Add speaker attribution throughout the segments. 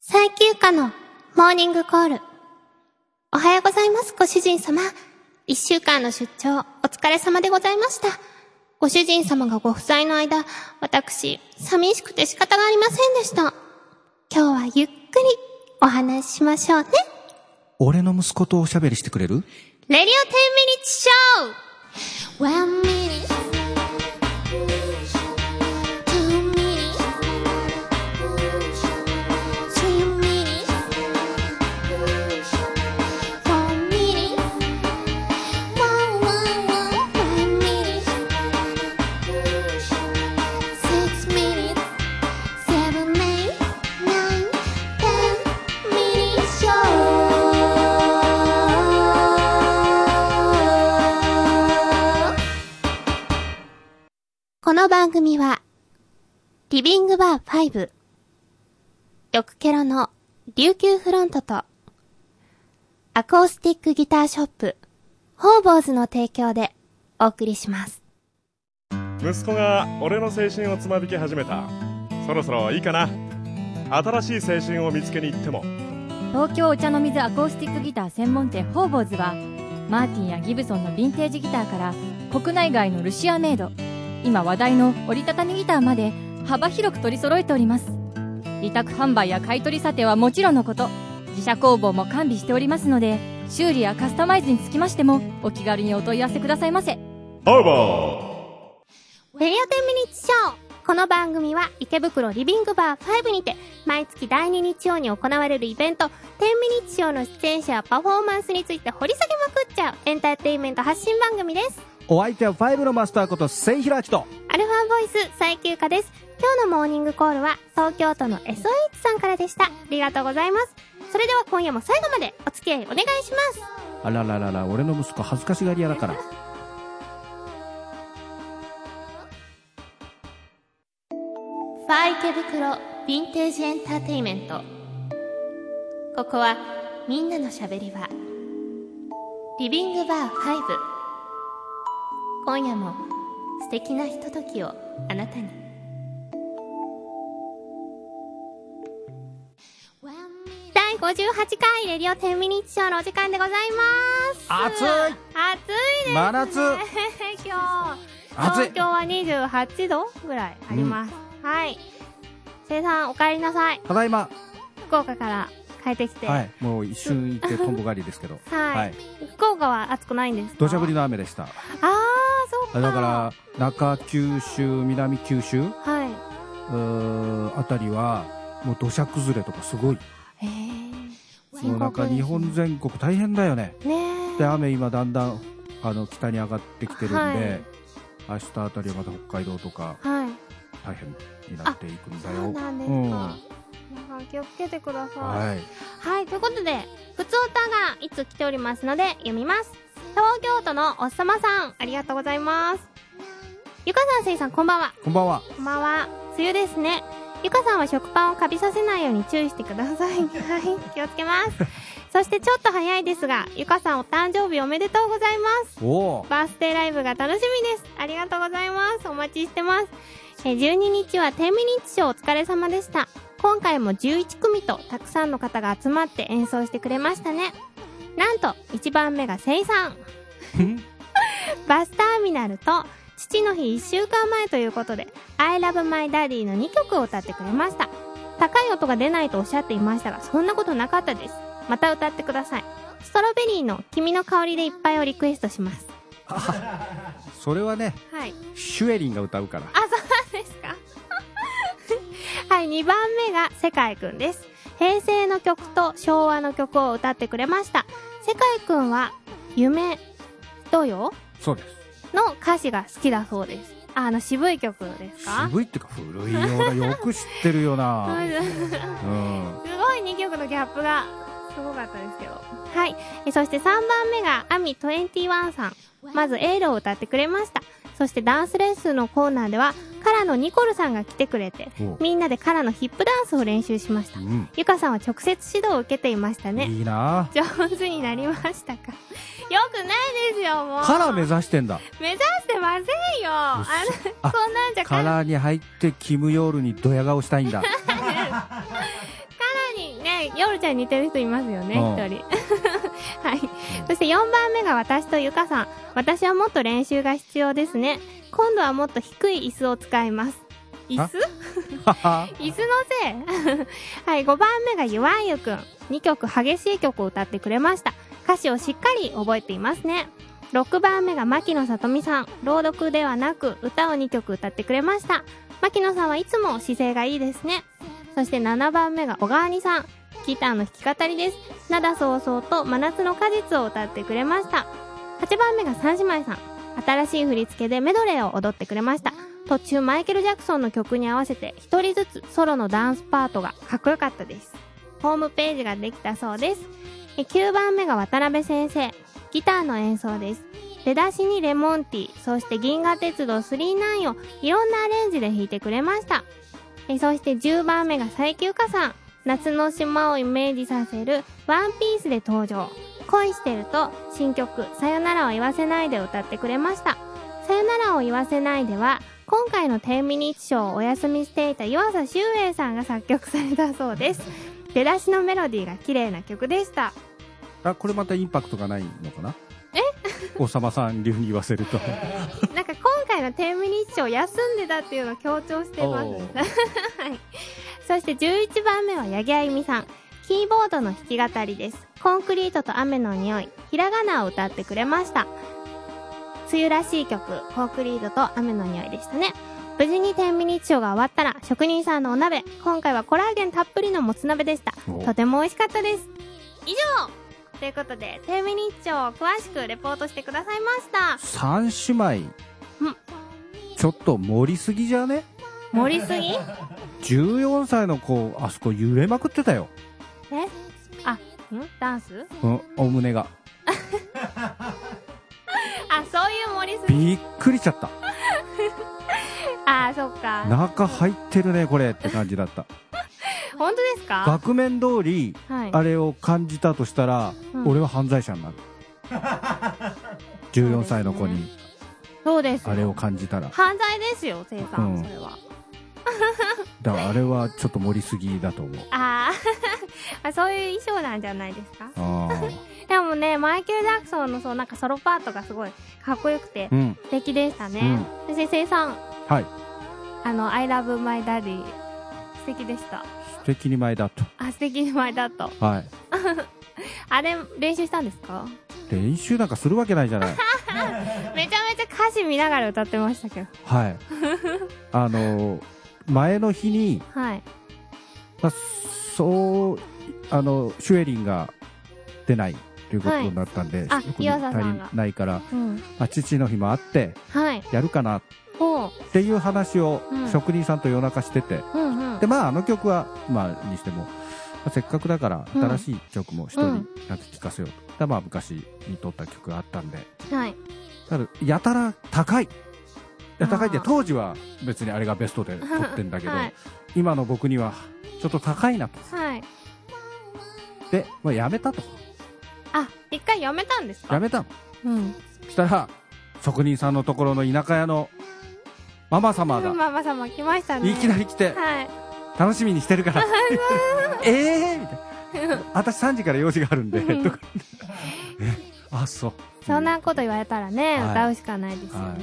Speaker 1: 最休暇のモーニングコール。おはようございます、ご主人様。一週間の出張、お疲れ様でございました。ご主人様がご不在の間、私、寂しくて仕方がありませんでした。今日はゆっくりお話ししましょうね。
Speaker 2: 俺の息子とおしゃべりしてくれる
Speaker 1: レディオ10ミニッツショー !1 ミニッツ、2ミニッツ、3ミニッツ、4ミニッツ、1ミニッツ、6ミニッツ、7、8、9、10ミニッツショーこの番組は、リビングバー5、毒ケロの琉球フロントと、アコースティックギターショップ、ホーボーズの提供でお送りします。
Speaker 3: 息子が俺の青春をつまびき始めたそろそろいいかな新しい青春を見つけに行っても
Speaker 4: 東京お茶の水アコースティックギター専門店ホーボーズはマーティンやギブソンのヴィンテージギターから国内外のルシアメイド今話題の折りたたみギターまで幅広く取り揃えております委託販売や買取査定はもちろんのこと自社工房も完備しておりますので修理やカスタマイズにつきましてもお気軽にお問い合わせくださいませ
Speaker 3: オーボ
Speaker 1: レディオ10ミニッツショーこの番組は池袋リビングバー5にて毎月第2日曜に行われるイベント10ミニッツショーの出演者やパフォーマンスについて掘り下げまくっちゃうエンターテインメント発信番組です。
Speaker 2: お相手はファイブのマスターこと、千尋明と。
Speaker 1: アルファボイス最休暇です。今日のモーニングコールは東京都の SOH さんからでした。ありがとうございます。それでは今夜も最後までお付き合いお願いします。
Speaker 2: あらららら、俺の息子恥ずかしがり屋だから。
Speaker 1: ファー池袋ヴィンテージエンターテイメントここはみんなのしゃべり場リビングバー5今夜も素敵なひとときをあなたに第58回レディオ10ミニッチショーのお時間でございます
Speaker 2: 暑い
Speaker 1: 暑いですね
Speaker 2: 真夏
Speaker 1: 今日
Speaker 2: 暑い
Speaker 1: 東京は28度ぐらいあります、はい生産お帰りなさい
Speaker 2: ただいま。
Speaker 1: 福岡から帰ってきて
Speaker 2: は
Speaker 1: はい、
Speaker 2: い。もう一瞬行ってとんぼ狩りですけど。はい。
Speaker 1: 福岡は暑くないんですか
Speaker 2: 土砂降りの雨でした。
Speaker 1: ああそうか
Speaker 2: だから、中九州、南九州、う
Speaker 1: はい
Speaker 2: ーあたりは、もう土砂崩れとかすごい。
Speaker 1: ええ
Speaker 2: もうなんか日本全国大変だよね。
Speaker 1: ねえ
Speaker 2: で、雨今だんだん、あの、北に上がってきてるんで、
Speaker 1: はい
Speaker 2: 明日あたりはまた北海道とか
Speaker 1: はい
Speaker 2: 大変になっていくんだよ。
Speaker 1: そうなんですか、
Speaker 2: うん
Speaker 1: 皆さん気をつけてください
Speaker 2: はい。
Speaker 1: はい、ということで、ふつおたがいつ来ておりますので、読みます。東京都のおっさまさん、ありがとうございます。ゆかさん、せいさん、こんばんは。
Speaker 2: こんばんは。
Speaker 1: こんばんは。梅雨ですね。ゆかさんは食パンをカビさせないように注意してください。 はい、気をつけます。 そしてちょっと早いですが、ゆかさんお誕生日おめでとうございます。
Speaker 2: おお。
Speaker 1: バースデーライブが楽しみです。ありがとうございます。お待ちしてます。えー12日は10ミニッツショーお疲れ様でした。今回も11組とたくさんの方が集まって演奏してくれましたね。なんと、1番目がせいさん。バスターミナルと父の日1週間前ということで「I love my daddy」の2曲を歌ってくれました高い音が出ないとおっしゃっていましたがそんなことなかったですまた歌ってくださいストロベリーの「君の香りでいっぱい」をリクエストします
Speaker 2: それはね、
Speaker 1: はい
Speaker 2: シュエリンが歌うから。
Speaker 1: あ、そうなんですか。 はい、2番目が世界くんです。平成の曲と昭和の曲を歌ってくれました。世界くんは、夢、どよ
Speaker 2: そうです。
Speaker 1: の歌詞が好きだそうです。ああの渋い曲ですか
Speaker 2: 渋いっていうか古いような、よく知ってる よな。
Speaker 1: す
Speaker 2: うん。
Speaker 1: ごい2曲のギャップがすごかったですけど。はい。えそして3番目がアミ21さん。まずエールを歌ってくれました。そしてダンスレッスンのコーナーでは、カラのニコルさんが来てくれて、
Speaker 2: おう
Speaker 1: みんなでカラのヒップダンスを練習しました。
Speaker 2: うん。
Speaker 1: ゆかさんは直接指導を受けていましたね。
Speaker 2: いいな
Speaker 1: 上手になりましたか よくないですよ、もう。
Speaker 2: カラー目指してんだ。
Speaker 1: 目指してませんよ。あの、
Speaker 2: あ
Speaker 1: こんなんじゃカ
Speaker 2: カ
Speaker 1: ラ
Speaker 2: ラーに入ってキムヨールにドヤ顔したいんだ。
Speaker 1: にはい。ヨールちゃんに似てる人いますよね、
Speaker 2: う
Speaker 1: 一
Speaker 2: ん
Speaker 1: 人。 はい。そして4番目が私とゆかさん。私はもっと練習が必要ですね。今度はもっと低い椅子を使います。椅子椅子のせい はい、5番目がゆわんゆくん。2曲激しい曲を歌ってくれました。歌詞をしっかり覚えていますね。6番目が牧野さとみさん。朗読ではなく歌を2曲歌ってくれました。牧野さんはいつも姿勢がいいですね。そして7番目が小川にさん。ギターの弾き語りです。灘そうそうと真夏の果実を歌ってくれました。8番目が三姉妹さん。新しい振り付けでメドレーを踊ってくれました。途中マイケル・ジャクソンの曲に合わせて一人ずつソロのダンスパートがかっこよかったです。ホームページができたそうです。え9番目が渡辺先生。ギターの演奏です。出だしにレモンティー、そして銀河鉄道39をいろんなアレンジで弾いてくれました。えそして10番目が最休暇さん。夏の島をイメージさせるワンピースで登場。恋してると新曲さよならを言わせないでを歌ってくれました。さよならを言わせないでは、今回の10ミニッチショーをお休みしていた湯浅修英さんが作曲されたそうです。出だしのメロディーが綺麗な曲でした。
Speaker 2: あ、これまたインパクトがないのかなえおさまさん流に言わ せると。
Speaker 1: なんか今回の10ミニッチショー休んでたっていうのを強調しています。
Speaker 2: おー
Speaker 1: はい。そして11番目は八木あゆみさん。キーボードの弾き語りです。コンクリートと雨の匂い、ひらがなを歌ってくれました。梅雨らしい曲、コンクリートと雨の匂いでしたね。無事に10ミニッチショーが終わったら、職人さんのお鍋、今回はコラーゲンたっぷりのもつ鍋でした。
Speaker 2: お
Speaker 1: とても美味しかったです。以上ということで、10ミニッチショーを詳しくレポートしてくださいました。
Speaker 2: 三姉妹
Speaker 1: うん、
Speaker 2: ちょっと盛りすぎじゃね
Speaker 1: 盛りすぎ
Speaker 2: ?14 歳の子、あそこ揺れまくってたよ。
Speaker 1: えあ、んダンス
Speaker 2: うん、お胸が。
Speaker 1: あ、そういう盛りすぎ。
Speaker 2: びっくりしちゃった。
Speaker 1: あ、そっか。
Speaker 2: 中入ってるね、これって感じ だった。
Speaker 1: 本当ですか
Speaker 2: 額面通り、
Speaker 1: はい。
Speaker 2: あれを感じたとしたら、
Speaker 1: うん
Speaker 2: 俺は犯罪者に なる。14歳の子に、
Speaker 1: そうですよ。
Speaker 2: あれを感じたら。
Speaker 1: 犯罪ですよ、せいさん、
Speaker 2: うん
Speaker 1: それは。
Speaker 2: だからあれはちょっと盛りすぎだと思 う。
Speaker 1: あー あ、そういう衣装なんじゃないですか
Speaker 2: ああ。
Speaker 1: でもね、マイケル・ジャクソンのそう、なんかソロパートがすごいかっこよくて
Speaker 2: う、ん。
Speaker 1: 素敵でしたね。そして、せいさん、
Speaker 2: はい。
Speaker 1: あの、I love my daddy。素敵でした。
Speaker 2: 素敵に前だと。
Speaker 1: あ、素敵に前だと。
Speaker 2: はい。
Speaker 1: あれ、練習したんですか
Speaker 2: 練習なんかするわけないじゃ ない。
Speaker 1: めちゃめちゃ歌詞見ながら歌ってましたけど。
Speaker 2: はい。あの、前の日に、
Speaker 1: はい。
Speaker 2: まあ、そう、あの、シュエリンが出ないということになったんで、
Speaker 1: はいあ
Speaker 2: そこに
Speaker 1: 岩佐さんが
Speaker 2: 足りないから、
Speaker 1: うん。
Speaker 2: あ、父の日もあって、
Speaker 1: はい。
Speaker 2: やるかなっ
Speaker 1: ほう。
Speaker 2: ていう話を
Speaker 1: うん
Speaker 2: 職人さんと夜中してて、
Speaker 1: うんうん
Speaker 2: で、。まあ、あの曲は、まあ、にしても、まあせっかくだから、
Speaker 1: うん
Speaker 2: 新しい曲も一
Speaker 1: う
Speaker 2: 人
Speaker 1: ん、
Speaker 2: なんか聴かせようと。でまあ、昔に撮った曲があったんで、
Speaker 1: はい。
Speaker 2: ただ、やたら高い。いや高いって
Speaker 1: あー
Speaker 2: 当時は別にあれがベストで撮ってんだけ ど、
Speaker 1: はい
Speaker 2: 今の僕にはちょっと高いなと。
Speaker 1: はい。
Speaker 2: で、まあ、やめたと。
Speaker 1: あ、一回やめたんですか
Speaker 2: やめたの。
Speaker 1: うん。
Speaker 2: そしたら、職人さんのところの田舎屋のママ様が、
Speaker 1: ママ様来ましたね。
Speaker 2: いきなり来て、
Speaker 1: はい。
Speaker 2: 楽しみにして るから。ええーみたいな。私3時から用事があるんで、
Speaker 1: うん
Speaker 2: とか。えあ、そう。
Speaker 1: そんなこと言われたらね、
Speaker 2: はい
Speaker 1: 歌うしかないですよね。
Speaker 2: はい。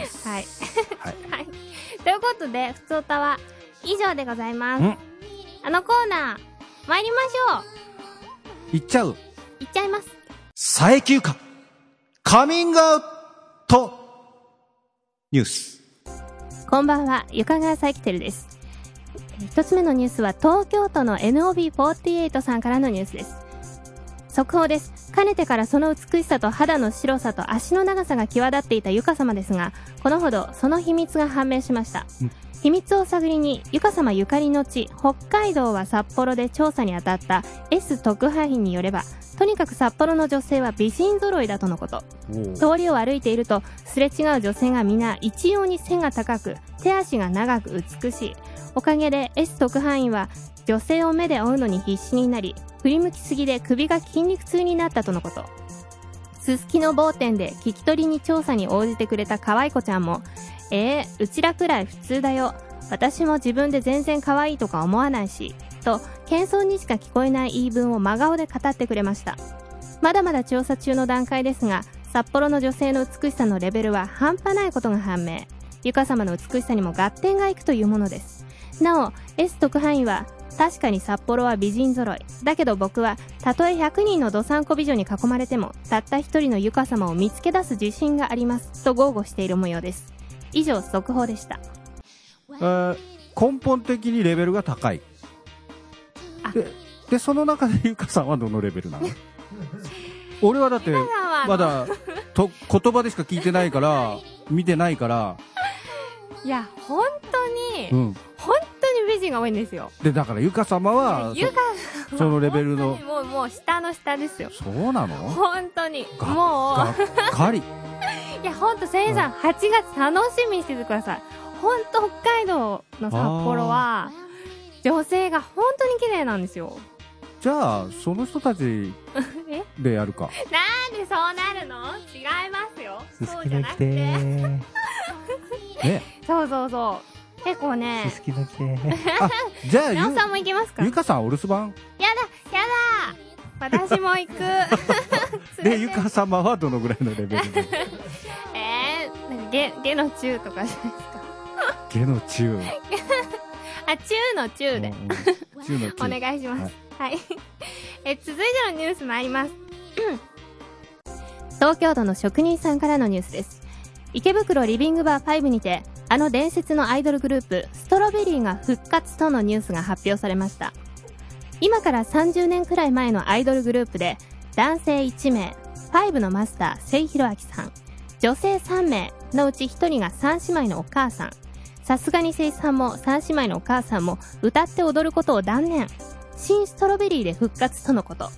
Speaker 2: です
Speaker 1: はい。
Speaker 2: はい。
Speaker 1: はい。ということで、ふつおたは以上でございま
Speaker 2: ん
Speaker 1: す。あのコーナー、参りましょう
Speaker 2: 行っちゃう。
Speaker 1: 行っちゃいます。
Speaker 2: 再休暇。カミングアウト。ニュース。
Speaker 1: こんばんは、ゆかがサイキテルです。えー一つ目のニュースは東京都の NOB48 さんからのニュースです。速報です。かねてからその美しさと肌の白さと足の長さが際立っていたゆか様ですが、このほどその秘密が判明しました
Speaker 2: うん。
Speaker 1: 秘密を探りに、ゆか様ゆかりの地、北海道は札幌で調査に当たった S 特派員によれば、とにかく札幌の女性は美人揃いだとのこと。通りを歩いているとすれ違う女性が皆一様に背が高く手足が長く美しいおかげで S 特派員は女性を目で追うのに必死になり振り向きすぎで首が筋肉痛になったとのことすすきの某店で聞き取りに調査に応じてくれた可愛い子ちゃんも「えー、うちらくらい普通だよ私も自分で全然可愛いとか思わないしと謙遜にしか聞こえない言い分を真顔で語ってくれましたまだまだ調査中の段階ですが札幌の女性の美しさのレベルは半端ないことが判明ゆか様の美しさにも合点がいくというものですなお S 特派員は確かに札幌は美人揃いだけど僕はたとえ100人のどさんこ美女に囲まれてもたった一人のゆか様を見つけ出す自信がありますと豪語している模様です以上速報でした
Speaker 2: えー根本的にレベルが高い
Speaker 1: あ
Speaker 2: ででその中でゆかさんはどのレベル なの俺はだってまだと言葉でしか聞いてないから見てないから、
Speaker 1: いや本当に、
Speaker 2: うん、
Speaker 1: 本当に美人が多いんですよ
Speaker 2: でだからゆか様は
Speaker 1: ゆか
Speaker 2: そそのレベル
Speaker 1: 本
Speaker 2: の
Speaker 1: 当にもうもう下の下ですよ
Speaker 2: そうなの
Speaker 1: 本当に
Speaker 2: が
Speaker 1: もう
Speaker 2: がっかり
Speaker 1: いや、ほんと、せいさん、8月楽しみにしててください。ほんと、北海道の札幌は、女性が本当に綺麗なんですよ。
Speaker 2: じゃあその人たち
Speaker 1: え
Speaker 2: でやるか
Speaker 1: なんでそうなるの違いますよ。
Speaker 5: す
Speaker 1: そ
Speaker 5: す
Speaker 1: う
Speaker 5: き
Speaker 1: じゃ
Speaker 5: の
Speaker 1: な
Speaker 5: 来
Speaker 1: く
Speaker 5: て
Speaker 1: て。
Speaker 5: ー
Speaker 2: ね
Speaker 1: そうそうそう。結構ね
Speaker 5: す、すきの来てー
Speaker 2: じゃあ
Speaker 1: 皆さんも行きますか
Speaker 2: ゆ
Speaker 1: や
Speaker 2: ゆ
Speaker 1: だ、
Speaker 2: かさんお留守番
Speaker 1: やだ私も行く。
Speaker 2: でゆか様はどのぐらいのレベルで
Speaker 1: えー、なんかゲ、ゲの中とかじゃないですか。
Speaker 2: 下の中
Speaker 1: あ、中の中で。
Speaker 2: うん中の
Speaker 1: お
Speaker 2: 中
Speaker 1: 願いします。はい。 え、続いてのニュース参ります。東京都の職人さんからのニュースです。池袋リビングバー5にて、あの伝説のアイドルグループ、ストロベリーが復活とのニュースが発表されました。今から30年くらい前のアイドルグループで、男性1名、5のマスター、聖弘明さん、女性3名のうち1人が3姉妹のお母さん、さすがに聖さんも3姉妹のお母さんも歌って踊ることを断念新ストロベリーで復活とのこと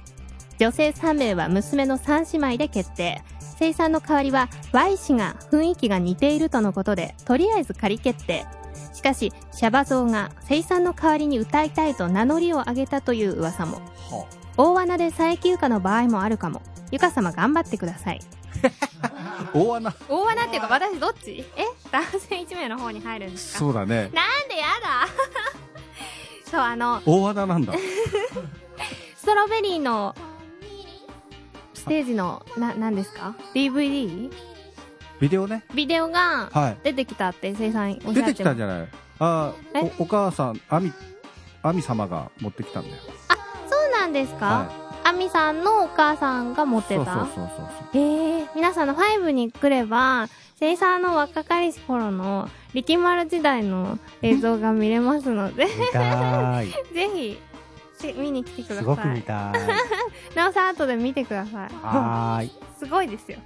Speaker 1: 女性3名は娘の3姉妹で決定生産の代わりは Y 氏が雰囲気が似ているとのことでとりあえず仮決定しかしシャバゾウが生産の代わりに歌いたいと名乗りを上げたという噂も大穴で佐伯ゆかの場合もあるかもゆか様頑張ってください
Speaker 2: 大穴
Speaker 1: 大穴っていうか私どっちえ男性1名の方に入るんですか
Speaker 2: そうだね
Speaker 1: なんでやだ そうあの
Speaker 2: 大穴なんだ
Speaker 1: ストロベリーのステージのな何ですか DVD
Speaker 2: ビデオね
Speaker 1: ビデオが
Speaker 2: はい
Speaker 1: 出てきたって生産おっし
Speaker 2: 出
Speaker 1: ゃってて
Speaker 2: き
Speaker 1: ま
Speaker 2: た
Speaker 1: す
Speaker 2: んじゃないあー
Speaker 1: え
Speaker 2: おお母さんアミアミ様が持ってきたんだよ
Speaker 1: そうなんですか、
Speaker 2: は
Speaker 1: アミさんのお母さんが持
Speaker 2: い
Speaker 1: って
Speaker 2: そうそう
Speaker 1: た
Speaker 2: そうそうそう
Speaker 1: ええー、皆さんの5に来れば生産の若かりし頃の力丸時代の映像が見れますので
Speaker 5: 見たーい
Speaker 1: ぜひせ見に来てくだ
Speaker 5: すごく
Speaker 1: さ
Speaker 5: 見
Speaker 1: い
Speaker 5: たーい
Speaker 1: なおさん後で見てください
Speaker 5: はーい
Speaker 1: すごいですよ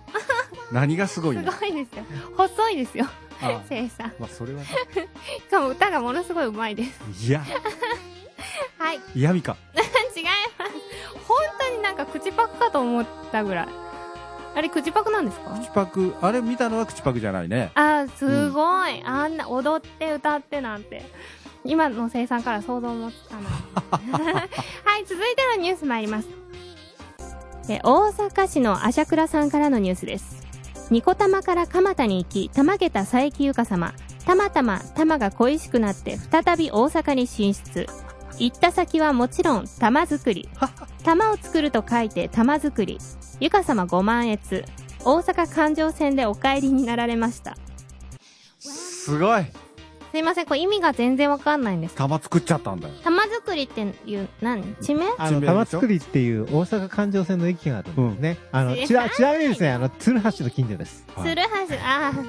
Speaker 2: 何がすごい
Speaker 1: す
Speaker 2: の
Speaker 1: ごいですよ細いですよ
Speaker 2: あー
Speaker 1: 生産
Speaker 2: まあそれはね
Speaker 1: しかも歌がものすごい上手い です
Speaker 2: いや
Speaker 1: はい
Speaker 2: 嫌味か
Speaker 1: 違います本当になんか口パクかと思ったぐらいあれ口パクなんですか
Speaker 2: 口パクあれ見たのは口パクじゃないね
Speaker 1: あーすごい、あんな踊って歌ってなんて今の生産から想像もつかないはい続いてのニュース参りますえ大阪市の朝倉さんからのニュースですニコ玉から蒲田に行き玉げた佐伯優香様たまたま玉が恋しくなって再び大阪に進出行った先はもちろん玉作り玉を作ると書いて玉作りゆか様ご満悦大阪環状線でお帰りになられました
Speaker 2: すごい
Speaker 1: すいませんこれ意味が全然わかんないんです
Speaker 2: 玉作っちゃったんだよ
Speaker 1: 玉作りっていう何地名
Speaker 2: 準備
Speaker 5: あ
Speaker 2: ある
Speaker 5: の
Speaker 2: でしょ
Speaker 5: 玉造りっていう大阪環状線の駅があるんですね、あのちなちなみにですねあの鶴橋の近所です
Speaker 2: はい
Speaker 1: 鶴橋あー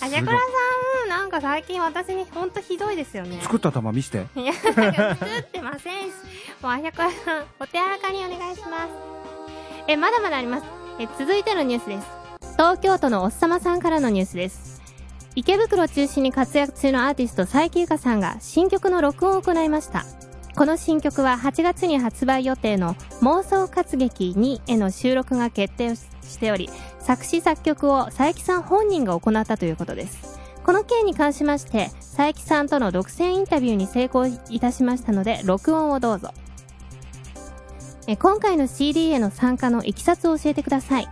Speaker 1: あじゃくらさんなんか最近私にほんとひどいですよね
Speaker 2: 作った玉見して
Speaker 1: いやなんか作ってませんしもうあじゃくらさんお手柔らかにお願いしますえまだまだありますえ続いてのニュースです東京都のおっさまさんからのニュースです池袋を中心に活躍中のアーティスト佐伯ゆかさんが新曲の録音を行いましたこの新曲は8月に発売予定の「妄想活劇2」への収録が決定しており作詞作曲を佐伯さん本人が行ったということですこの件に関しまして佐伯さんとの独占インタビューに成功いたしましたので録音をどうぞえ今回の CD への参加のいきさつを教えてください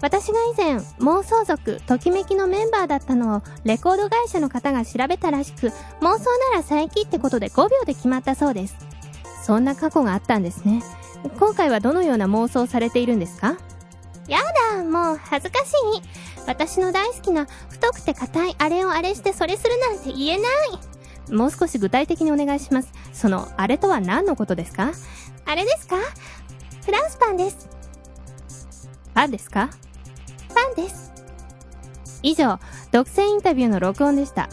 Speaker 1: 私が以前妄想族ときめきのメンバーだったのをレコード会社の方が調べたらしく妄想なら再起ってことで5秒で決まったそうですそんな過去があったんですね今回はどのような妄想をされているんですかやだもう恥ずかしい私の大好きな太くて硬いあれをあれしてそれするなんて言えないもう少し具体的にお願いしますそのあれとは何のことですかあれですかフランスパンですパンですかパンです。以上、独占インタビューの録音でした。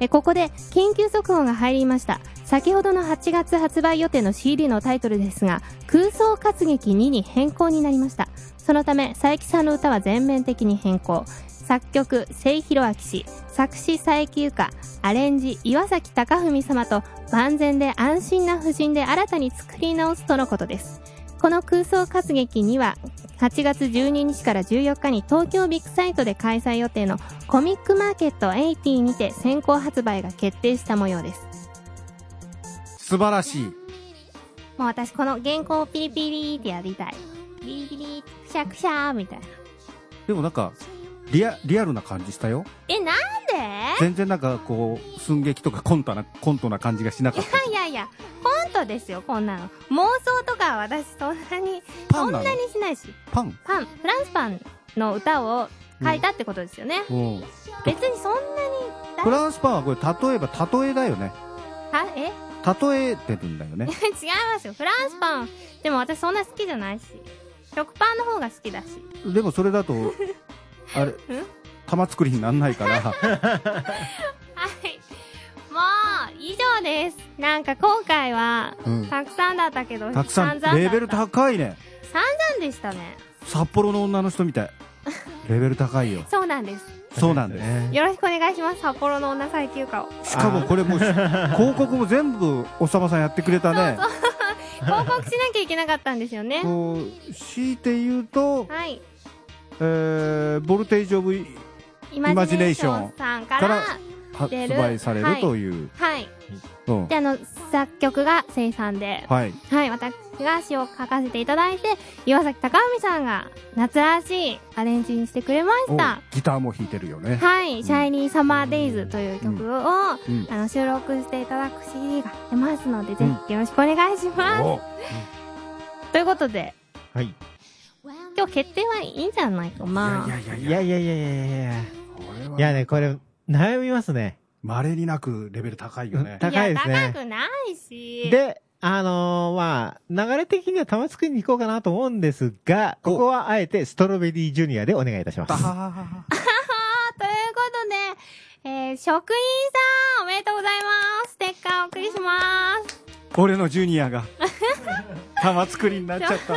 Speaker 1: え、ここで、緊急速報が入りました。先ほどの8月発売予定の CD のタイトルですが、空想活劇2に変更になりました。そのため、佐伯さんの歌は全面的に変更。作曲、清弘明氏、作詞、佐伯由香、アレンジ、岩崎隆文様と、万全で安心な布陣で新たに作り直すとのことです。この空想活劇には、8月12日から14日に東京ビッグサイトで開催予定のコミックマーケット80にて先行発売が決定した模様です。
Speaker 2: 素晴らしい。
Speaker 1: もう私この原稿をピリピリってやりたい。ピリピリ、くしゃくしゃーみたいな。
Speaker 2: でもなんか、リア、リアルな感じしたよ。
Speaker 1: え、なん
Speaker 2: 全然なんかこう、寸劇とかコントな、コントな感じがしなかっ
Speaker 1: でいやいやいや、コントですよ、こんなの。妄想とかは私そんなに、
Speaker 2: た。パ
Speaker 1: そん
Speaker 2: ンな
Speaker 1: な
Speaker 2: の
Speaker 1: にしないし。
Speaker 2: パン
Speaker 1: パン、フランスパンの歌を書いたってことですよね。
Speaker 2: うん。
Speaker 1: 別にそんなに大
Speaker 2: フランスパンはこれ、例えば、例えだよね。
Speaker 1: は、え 違い
Speaker 2: 例えてるんだよね。
Speaker 1: ますよ。フランスパン、でも私そんな好きじゃないし。食パンの方が好きだし。
Speaker 2: でもそれだ と、あれ、玉作りになんないから、
Speaker 1: はい。もう、以上です。なんか今回は、
Speaker 2: うん
Speaker 1: たくさんだったけど、
Speaker 2: たくさ
Speaker 1: 散々
Speaker 2: ん、
Speaker 1: だった
Speaker 2: レベル高いね。
Speaker 1: 散々でしたね。
Speaker 2: 札幌の女の人みたい。レベル高いよ。
Speaker 1: そうなんです。
Speaker 2: そうなん です。
Speaker 5: ね。
Speaker 1: よろしくお願いします。札幌の女最休暇を。
Speaker 2: しかもこれ もう、広告も全部、おさまさんやってくれたね。
Speaker 1: 報告しなきゃいけなかったんですよね。
Speaker 2: こう、強いて言うと、
Speaker 1: はい。
Speaker 2: えー、ボルテージオブイ
Speaker 1: イ
Speaker 2: マ
Speaker 1: マ
Speaker 2: ジ
Speaker 1: ジ
Speaker 2: ネ
Speaker 1: ネ
Speaker 2: ー
Speaker 1: ー
Speaker 2: シ
Speaker 1: シ
Speaker 2: ョ
Speaker 1: ョ
Speaker 2: ン
Speaker 1: ンさんか、
Speaker 2: からら発売されるという。
Speaker 1: はい。
Speaker 2: うん
Speaker 1: で、あの、作曲が生産で、
Speaker 2: はい。
Speaker 1: はい、私が詩を書かせていただいて、岩崎隆文さんが夏らしいアレンジにしてくれまし
Speaker 2: お
Speaker 1: た。
Speaker 2: ギターも弾いてるよね。
Speaker 1: はい、シャイニーサマーデイズという曲を、
Speaker 2: うん
Speaker 1: あの収録していただく CD が出ますので、ぜひよろしくお願いします。
Speaker 2: お
Speaker 1: ということで、
Speaker 5: はい。
Speaker 1: 今日決定はいいんじゃないかな。
Speaker 2: いやいやい
Speaker 5: い
Speaker 2: やいや、
Speaker 5: やいやいやいやいやいや。
Speaker 2: これ
Speaker 5: いや
Speaker 2: は、
Speaker 5: ね、これ、悩みますね。
Speaker 2: 稀になくレベル高いよね。
Speaker 5: 高いですね
Speaker 1: いや高くないし。
Speaker 5: で、あのーまあ、流れ的には玉作りに行こうかなと思うんですが、
Speaker 2: お
Speaker 5: ここはあえてストロベリージュニアでお願いいたします。
Speaker 2: あー
Speaker 1: あということで、えー、職員さん、おめでとうございます。ステッカーお送りします。
Speaker 2: 俺のジュニアが、玉作りになっちゃった。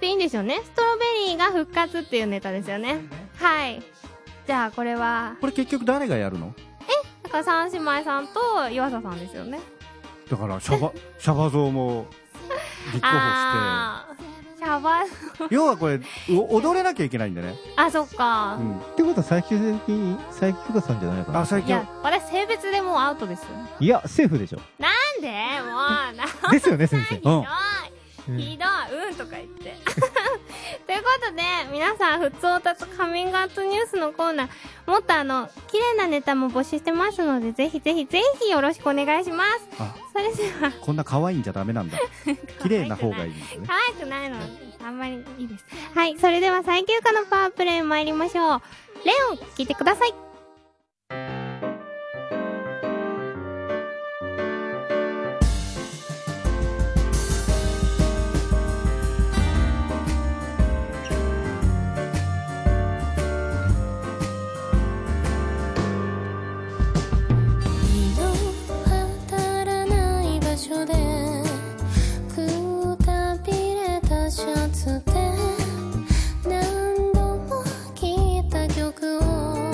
Speaker 1: でいいんでしょうね。ストロベリーが復活っていうネタですよね。はい。じゃあ、これは、
Speaker 2: これ結局誰がやるの
Speaker 1: だから三姉妹さんと岩佐さんですよね。
Speaker 2: だから、シャバ、シャバ像も、立候補し
Speaker 1: あー。シャバ、
Speaker 2: て。要はこれ、お踊れなきゃいけないんだね。
Speaker 1: あ、そっか
Speaker 2: う。ん。
Speaker 5: ってことは最近、最近久さんじゃないのかな
Speaker 2: あ、最
Speaker 1: い
Speaker 2: 近
Speaker 1: や、、私性別でもうアウトですよ。
Speaker 5: いや、セーフでしょ。
Speaker 1: なんでもう、な、ひ
Speaker 5: ですよね、先生。
Speaker 2: うん。
Speaker 1: どい、ひどい、うんとか言って。 ということで、皆さん、普通おたつカミングアウトニュースのコーナー、もっとあの、綺麗なネタも募集してますので、ぜひぜひぜひよろしくお願いします。
Speaker 2: あ、
Speaker 1: それでは、
Speaker 2: こんな可愛いんじゃダメ なんだ。綺麗な方がいいんだね。
Speaker 1: 可愛くないの、あんまりいいです。はい、それでは最休暇のパワープレイ参りましょう。レオン、聞いてください。
Speaker 6: 当たらない場所でくたびれたシャツで何度も聴いた曲を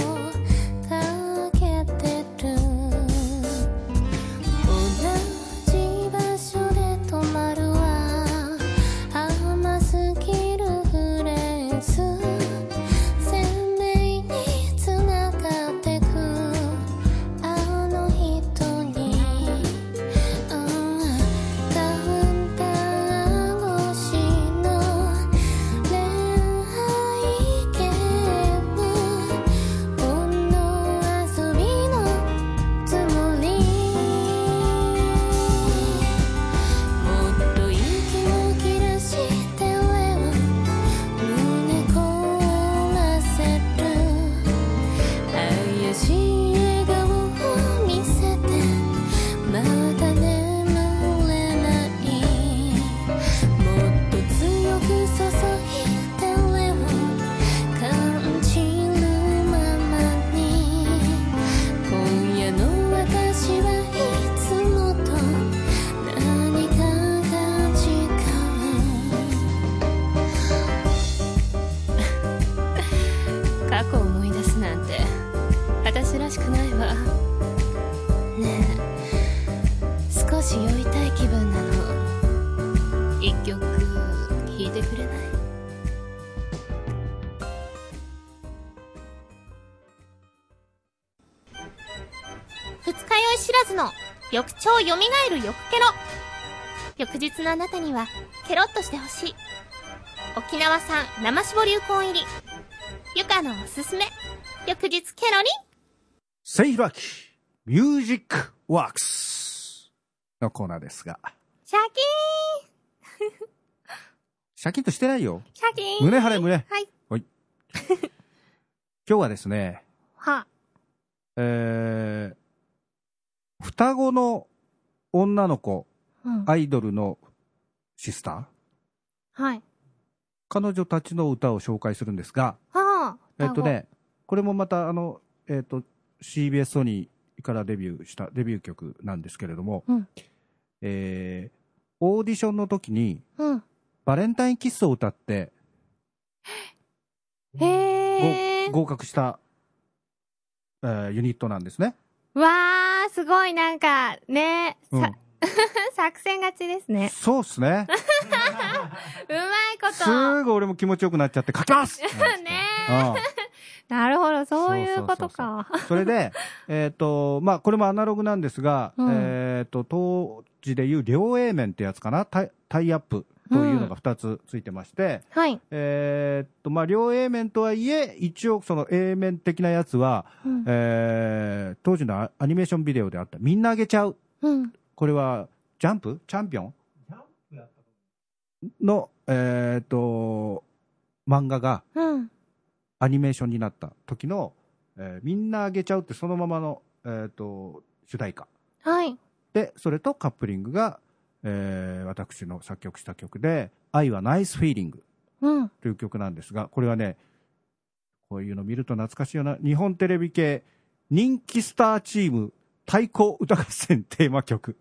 Speaker 6: スの翌朝蘇る翌ケロ翌日のあなたにはケロッとしてほしい沖縄産生絞流行入りゆかのおすすめ翌日ケロリ
Speaker 2: せいひらき、ミュージックワークスのコーナーですが。
Speaker 1: シャキ
Speaker 2: シャキッとしてないよ。
Speaker 1: ーンシャキーン
Speaker 2: 胸張れ胸。
Speaker 1: はい。
Speaker 2: はい。今日はですね、
Speaker 1: は、
Speaker 2: えー、双子の女の子、
Speaker 1: うん。
Speaker 2: アイドルのシスター
Speaker 1: はい。
Speaker 2: 彼女たちの歌を紹介するんですが、
Speaker 1: はあ。
Speaker 2: えっとね、これもまた、あの、えっと、CBS ソニーからデビューしたデビュー曲なんですけれども、
Speaker 1: うん
Speaker 2: えーオーディションの時に
Speaker 1: 双子。うん。
Speaker 2: バレンタインキッスを歌って
Speaker 1: へー。
Speaker 2: ご合格した、えーユニットなんですね。
Speaker 1: わー、すごいなんか、ね、さ、
Speaker 2: うん
Speaker 1: 作戦勝ちですね。
Speaker 2: そうっすね。
Speaker 1: うまいこと。
Speaker 2: すーぐ俺も気持ちよくなっちゃって書きます
Speaker 1: ね
Speaker 2: うん
Speaker 1: なるほど、そういうことか。
Speaker 2: それで、 えっ、と、まあ、これもアナログなんですが、
Speaker 1: うん
Speaker 2: えっ、と、当時でいう両 A 面ってやつかな、タイタイアップというのが2つついてまして、
Speaker 1: はい。
Speaker 2: えっ、と、まあ、両 A 面とはいえ、一応その A 面的なやつは、
Speaker 1: うん
Speaker 2: えー当時のアアニメーションビデオであった、みんなあげちゃう。
Speaker 1: うん。
Speaker 2: これは、ジャンプチャンピオンの、えっ、と、漫画が、
Speaker 1: うん。
Speaker 2: アニメーションになった時の、えーみんなあげちゃうってそのままの、えー、と主題歌
Speaker 1: はい。
Speaker 2: でそれとカップリングが、えー私の作曲した曲で「愛はナイスフィーリング
Speaker 1: うん。」
Speaker 2: という曲なんですがこれはねこういうの見ると懐かしいような日本テレビ系人気スターチーム対抗歌合戦テーマ曲
Speaker 1: へ
Speaker 2: す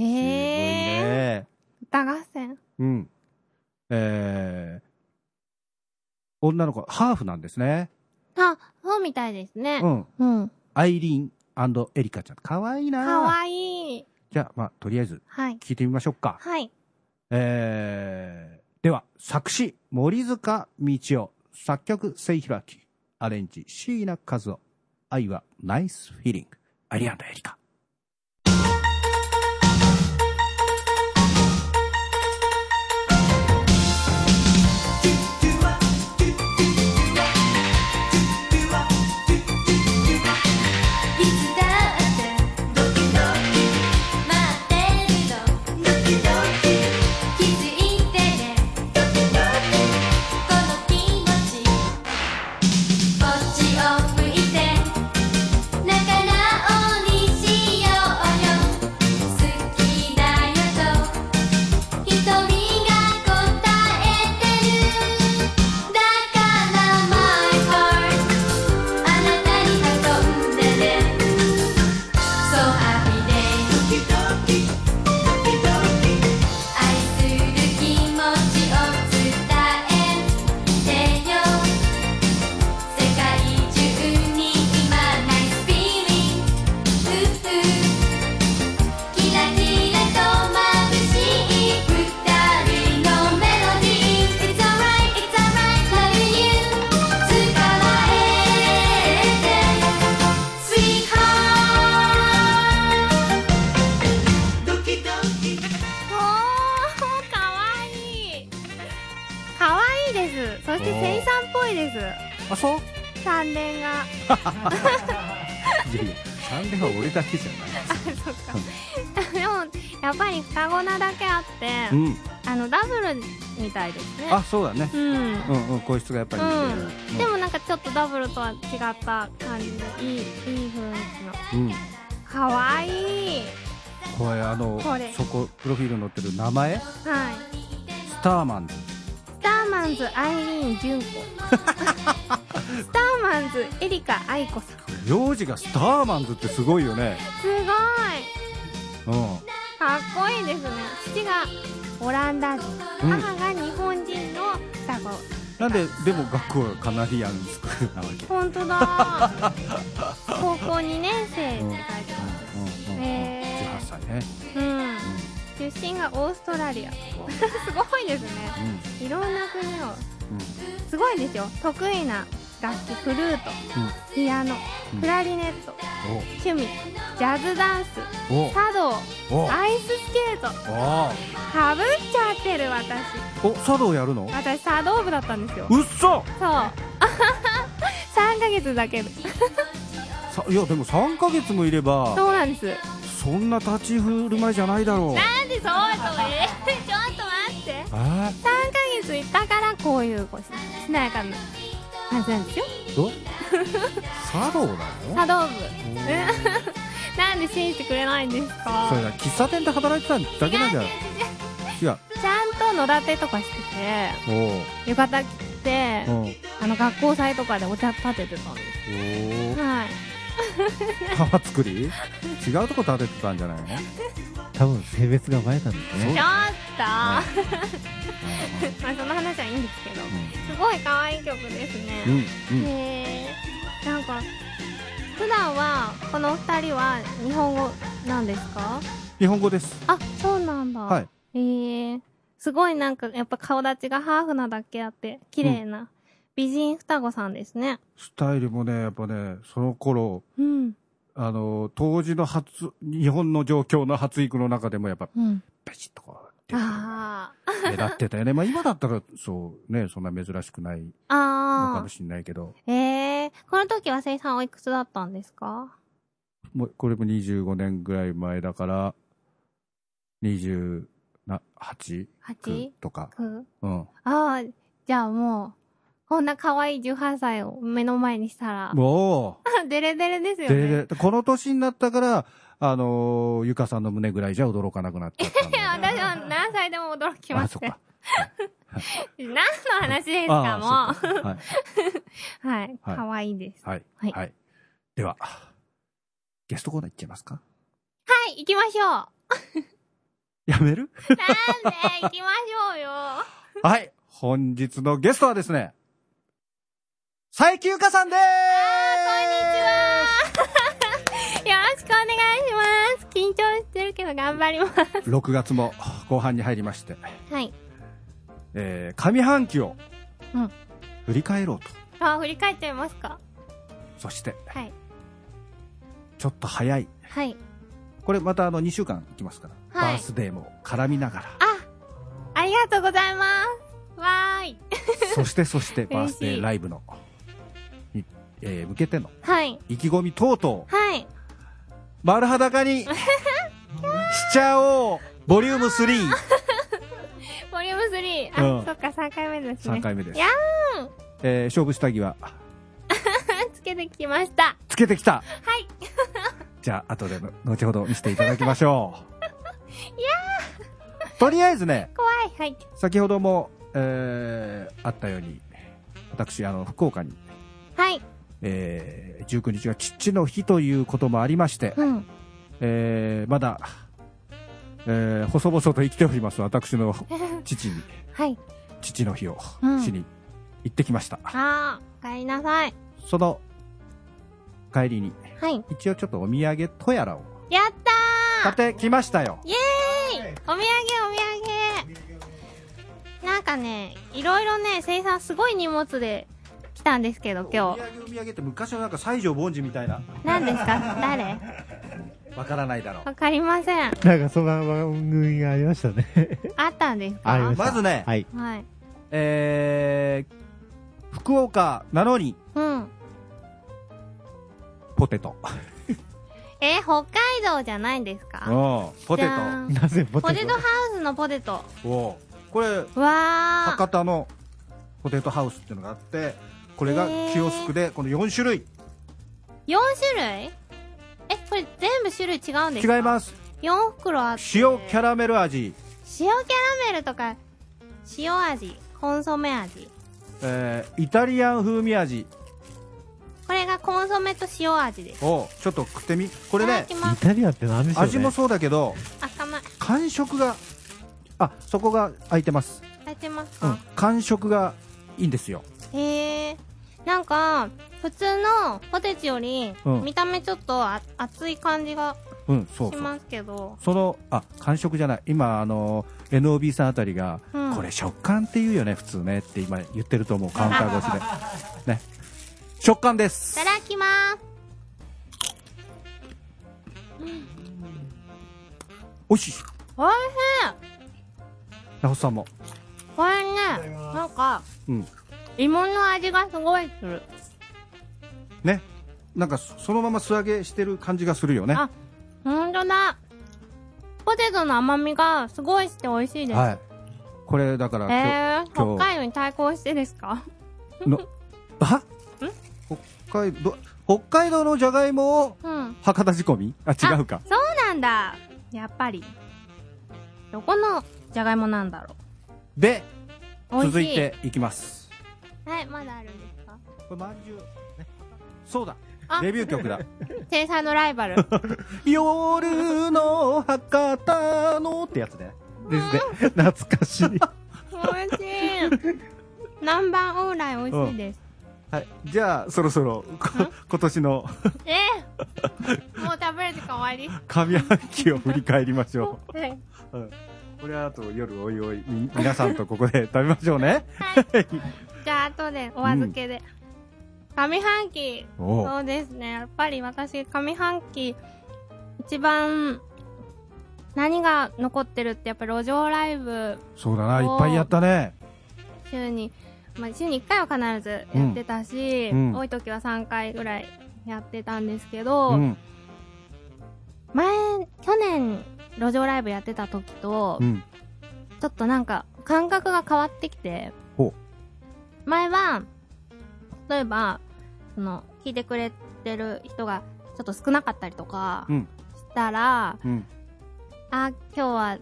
Speaker 2: ごい
Speaker 1: え。
Speaker 2: ね
Speaker 1: 歌合戦。
Speaker 2: うんえー女の子ハーフなんですね
Speaker 1: あ、そうみたいですね
Speaker 2: う。ん
Speaker 1: うん。
Speaker 2: アイリーンエリカちゃん。かわいいな
Speaker 1: かわいい。
Speaker 2: じゃあ、まあ、とりあえず、
Speaker 1: はい。
Speaker 2: 聞いてみましょうか。
Speaker 1: はい。
Speaker 2: えー、では、作詞、森塚道夫。作曲、せいひらき。アレンジ、椎名和夫。愛は、ナイスフィーリング。アイリアンドエリカ。
Speaker 6: いつだってドキドキ待ってるのドキドキ気づいてねドキドキこの気持ちこっちを向いて仲直りしようよ好きだよと瞳が答えてるだから my heart あなたに運んでね So happy day 愛する気持ちを伝えてよ世界中に今ナイスフィーリングキラキラと眩しい二人のメロディー It's alright, it's alright, loving you 「つかまえて Sweetheart」「ドキドキ」
Speaker 1: おー、かわいい。かわいいです。そして、
Speaker 2: おー
Speaker 1: せいさんっぽいです。
Speaker 2: あ、そう
Speaker 1: 三連が。
Speaker 2: いやいや、サンデは俺だけじゃない。
Speaker 1: そっか。 でも、やっぱり双子なだけあって
Speaker 2: う、ん。
Speaker 1: あの、ダブルみたいですね。
Speaker 2: あ、そうだね。
Speaker 1: うん。
Speaker 2: うんうん、個室がやっぱり似てる。うん
Speaker 1: でもなんかちょっとダブルとは違った感じでいいいい雰囲気の
Speaker 2: うん、
Speaker 1: かわいい
Speaker 2: これあの
Speaker 1: これ
Speaker 2: そこプロフィールに載ってる名前ス
Speaker 1: はい
Speaker 2: ターマンズ
Speaker 1: スターマンズアイリーン純 子スターマンズエリカ愛子さん
Speaker 2: 名字がスターマンズってすごいよね
Speaker 1: すごい
Speaker 2: うん
Speaker 1: かっこいいですね父がオランダ人
Speaker 2: うん
Speaker 1: 母が日本人の双子、
Speaker 2: なんででも学校はカナリアンスクールなわけ
Speaker 1: 本当だ 高校2年生って書いてます
Speaker 2: うんうんうん
Speaker 1: へ
Speaker 2: 18
Speaker 1: ー
Speaker 2: 歳ね、
Speaker 1: うん出身がオーストラリア すごいですね
Speaker 2: うん
Speaker 1: いろんな国を
Speaker 2: うん
Speaker 1: すごいですよ得意な楽器フルートピアノ
Speaker 2: うん
Speaker 1: クラリネット趣味ジャズダンス
Speaker 2: おお
Speaker 1: 茶道
Speaker 2: お
Speaker 1: アイススケート
Speaker 2: お
Speaker 1: かぶっちゃってる私
Speaker 2: お茶道やるの
Speaker 1: 私茶道部だったんですよ
Speaker 2: うっそ
Speaker 1: そう 3ヶ月だけで
Speaker 2: さいやでも3ヶ月もいれば
Speaker 1: そうなんですなんで
Speaker 2: そんな立ち振る舞いじゃないだろう
Speaker 1: そうとえちょっと待って
Speaker 2: えー
Speaker 1: 3ヶ月いたからこういうこうしなやかな感じなんですよ
Speaker 2: ど茶道なの
Speaker 1: 茶道部えなんで信じてくれないんですか
Speaker 2: それが喫茶店で働いてただけなんじゃない違う
Speaker 1: ちゃんと野立てとかしてて
Speaker 2: おう
Speaker 1: 浴衣着て
Speaker 2: うんおう
Speaker 1: あの学校祭とかでお茶立ててたんですはい
Speaker 2: 玉作り違うとこ建ててたんじゃないの
Speaker 5: 多分性別がバレたんです
Speaker 1: ちょっと、
Speaker 5: ね。
Speaker 1: まあ その話はいいんですけどすごい可愛い曲です
Speaker 2: うん
Speaker 1: ね
Speaker 2: うんうん
Speaker 1: へえなんか普段はこのお二人は日本語なんですか
Speaker 2: 日本語です
Speaker 1: あそうなんだ
Speaker 2: はい
Speaker 1: ええすごいなんかやっぱ顔立ちがハーフなだけあって綺麗な美人双子さんですね
Speaker 2: スタイルもねやっぱねその頃
Speaker 1: うん
Speaker 2: あの当時の初日本の状況の発育の中でもやっぱ
Speaker 4: うん。
Speaker 2: パチッとこう
Speaker 1: あー
Speaker 2: 目立ってたよねまあ今だったらそうねそんな珍しくないのか
Speaker 1: あ
Speaker 2: もしれないけど
Speaker 1: ーええこの時はせいさんおいくつだったんですか
Speaker 2: もうこれも25年ぐらい前だから28
Speaker 1: 8?
Speaker 2: とか、
Speaker 1: 9?
Speaker 2: うん、
Speaker 1: ああ、じゃあもう、こんな可愛い18歳を目の前にしたら、
Speaker 2: も う
Speaker 1: デレデレですよね。
Speaker 2: ででこの年になったから、あのーゆかさんの胸ぐらいじゃ驚かなくなっちゃったん だよね。
Speaker 1: 私は何歳でも驚きま
Speaker 2: あ、
Speaker 1: す
Speaker 2: そっ
Speaker 1: ね
Speaker 2: か。。
Speaker 1: 何の話です
Speaker 2: あ
Speaker 1: か、
Speaker 2: そっかは
Speaker 1: も
Speaker 2: い。
Speaker 1: う。はい。
Speaker 2: はい
Speaker 1: 可愛いです。
Speaker 2: はい。
Speaker 1: はい
Speaker 2: はい。では、ゲストコーナー行っちゃいますか
Speaker 1: はい、行きましょう。なん
Speaker 2: やめる
Speaker 1: で行きましょうよ。
Speaker 2: はい。本日のゲストはですね、佐伯ゆかさんでーす
Speaker 1: よろしくお願いします。緊張してるけど頑張ります。
Speaker 2: こんにちは !6 月も後半に入りまして、
Speaker 1: はい。
Speaker 2: えー、上半期を
Speaker 1: うん
Speaker 2: 振り返ろうと。
Speaker 1: あ、振り返っちゃいますか。
Speaker 2: そして、
Speaker 1: はい。
Speaker 2: ちょっと早い。
Speaker 1: はい。
Speaker 2: これまたあの2週間行きますから、
Speaker 1: はい
Speaker 2: バースデーも絡みながら。
Speaker 1: あ、ありがとうございます。わーい。
Speaker 2: そしてそして
Speaker 1: 嬉しい
Speaker 2: バースデーライブのに、えー向けての
Speaker 1: はい。
Speaker 2: 意気込みとうとう
Speaker 1: はい。
Speaker 2: 丸裸にしちゃおうボリューム3
Speaker 1: ボリューム3。あ、
Speaker 2: うん
Speaker 1: そっか、3回目ですね。
Speaker 2: 3回目です
Speaker 1: や
Speaker 2: えー勝負下着は
Speaker 1: つけてきました。
Speaker 2: つけてきた
Speaker 1: はい。
Speaker 2: じゃあ後での後ほど見せていただきましょ ういやとりあえずね
Speaker 1: 怖い。はい。
Speaker 2: 先ほども、えーあったように私あの福岡に、
Speaker 1: はい。
Speaker 2: えー19日が父の日ということもありまして、
Speaker 1: ん。
Speaker 2: えーまだ、えー細々と生きております私の父に
Speaker 1: はい。
Speaker 2: 父の日を
Speaker 1: うん
Speaker 2: しに行ってきました、
Speaker 1: あー、お帰りなさい。
Speaker 2: その帰りに
Speaker 1: はい。
Speaker 2: 一応ちょっとお土産とやらを
Speaker 1: やった
Speaker 2: 買
Speaker 1: ー
Speaker 2: ってきましたよ
Speaker 1: イエーイお土産、お土産。なんかね、いろいろね、生産すごい荷物で来たんですけど、今日。
Speaker 2: 産お土産って昔のなんか西条凡司みたいな
Speaker 1: 何ですか誰
Speaker 2: わからないだろ
Speaker 1: わかりません。
Speaker 5: なんかそんな番組がありましたね。
Speaker 1: あったんですか
Speaker 5: ありました。
Speaker 2: まずね
Speaker 5: はい。
Speaker 1: はい。
Speaker 2: えー、福岡なのに
Speaker 1: うん。
Speaker 2: ポテト
Speaker 1: え、北海道じゃないんです
Speaker 2: う
Speaker 1: か
Speaker 2: んポテ
Speaker 1: じゃん
Speaker 5: なぜポ
Speaker 1: ポ
Speaker 5: テ
Speaker 1: テ
Speaker 5: ト
Speaker 1: トハウスのポテト。
Speaker 2: トをこれ
Speaker 1: わー。
Speaker 2: 博多のポテトハウスっていうのがあってこれが清スクでこの4種類
Speaker 1: 4種類え、これ全部種類違うんですか
Speaker 2: 違います
Speaker 1: 4袋あって。
Speaker 2: 塩キャラメル味、
Speaker 1: 塩キャラメルとか、塩味、コンソメ味。
Speaker 2: えーイタリアン風味味
Speaker 1: これがコンソメと塩味です。
Speaker 2: をちょっと食ってみこ
Speaker 1: こ
Speaker 2: れね
Speaker 1: いただきま
Speaker 5: イ
Speaker 1: す。
Speaker 5: タリアンって何でしょうね。
Speaker 2: 味もそうだけど
Speaker 1: あ、甘い。
Speaker 2: 感触があそこが空いてます、
Speaker 1: いただいてます
Speaker 2: うん
Speaker 1: か、、
Speaker 2: 感触がいいんですよ
Speaker 1: へえ。なんか、普通のポテチより、
Speaker 2: うん
Speaker 1: 見た目ちょっとあ熱い感じが
Speaker 2: うんそう
Speaker 1: し
Speaker 2: そう
Speaker 1: ますけど。
Speaker 2: そのあ感触じゃない今あの NOB さんあたりが、
Speaker 1: うん
Speaker 2: これ食感って言うよね普通ねって今言ってると思うカウンター越しでね食感です。
Speaker 1: ただきまーす。
Speaker 2: 美味しい。
Speaker 1: おい
Speaker 2: ナホさんも。
Speaker 1: これね、なんか、
Speaker 2: うん。
Speaker 1: 芋の味がすごいする。
Speaker 2: ね。なんか、そそのまま素揚げしてる感じがするよね。
Speaker 1: あほんとだ。ポテトの甘みがすごいして美味しいです。
Speaker 2: はい。これ、だから、
Speaker 1: え
Speaker 2: 今日
Speaker 1: ー、北海道に対抗してですか
Speaker 2: の、は北海道、北海道のじゃがいもを
Speaker 1: うん。
Speaker 2: 博多仕込みあ、違うか。
Speaker 1: そうなんだ。やっぱり。どこのじゃがいもなんだろ
Speaker 2: で、
Speaker 1: う。美味しい。
Speaker 2: 続い。ていきます。
Speaker 1: はい、まだあるんですか
Speaker 2: これ、まんじゅう。そうだ。
Speaker 1: あ
Speaker 2: デビュー曲だ。
Speaker 1: 天才のライバル。
Speaker 2: 夜の博多のってやつね。
Speaker 5: ですね。懐かし い。
Speaker 1: 美味しい。南蛮オーライ美味しいです。
Speaker 2: はい。じゃあ、そろそろ、こ今年の
Speaker 1: えー、もう食べれてか終わり。
Speaker 2: 上半期を振り返りましょ
Speaker 1: はい。
Speaker 2: う。うんこれはあと夜おいおい、み皆さんとここで食べましょう ね。
Speaker 1: じゃあ、後でお預けで。上半期。
Speaker 2: おう
Speaker 1: そうですね。やっぱり私、上半期、一番、何が残ってるって、やっぱ路上ライブ、
Speaker 2: そうだな、いっぱいやったね。
Speaker 1: 週に、まあ、週に1回は必ずやってたし、
Speaker 2: うんうん
Speaker 1: 多い時は3回ぐらいやってたんですけど、
Speaker 2: うん。
Speaker 1: 前、去年、路上ライブやってた時と、
Speaker 2: うん。
Speaker 1: ちょっとなんか、感覚が変わってきて、
Speaker 2: ほ
Speaker 1: 前は、例えば、その、聞いてくれてる人が、ちょっと少なかったりとか
Speaker 2: う。う、ん。
Speaker 1: したら、
Speaker 2: うん。
Speaker 1: あ、今日は、ち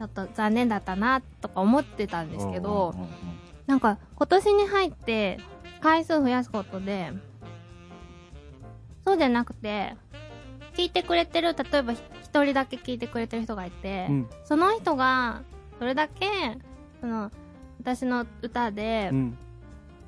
Speaker 1: ょっと残念だったな、とか思ってたんですけど
Speaker 2: うん、うんうん
Speaker 1: なんか、今年に入って、回数増やすことで、そうじゃなくて、聞いてくれてる、例えばひ一人だけ聞いてくれてる人がいて、
Speaker 2: うん
Speaker 1: その人が、どれだけ、その、私の歌で
Speaker 2: う、ん。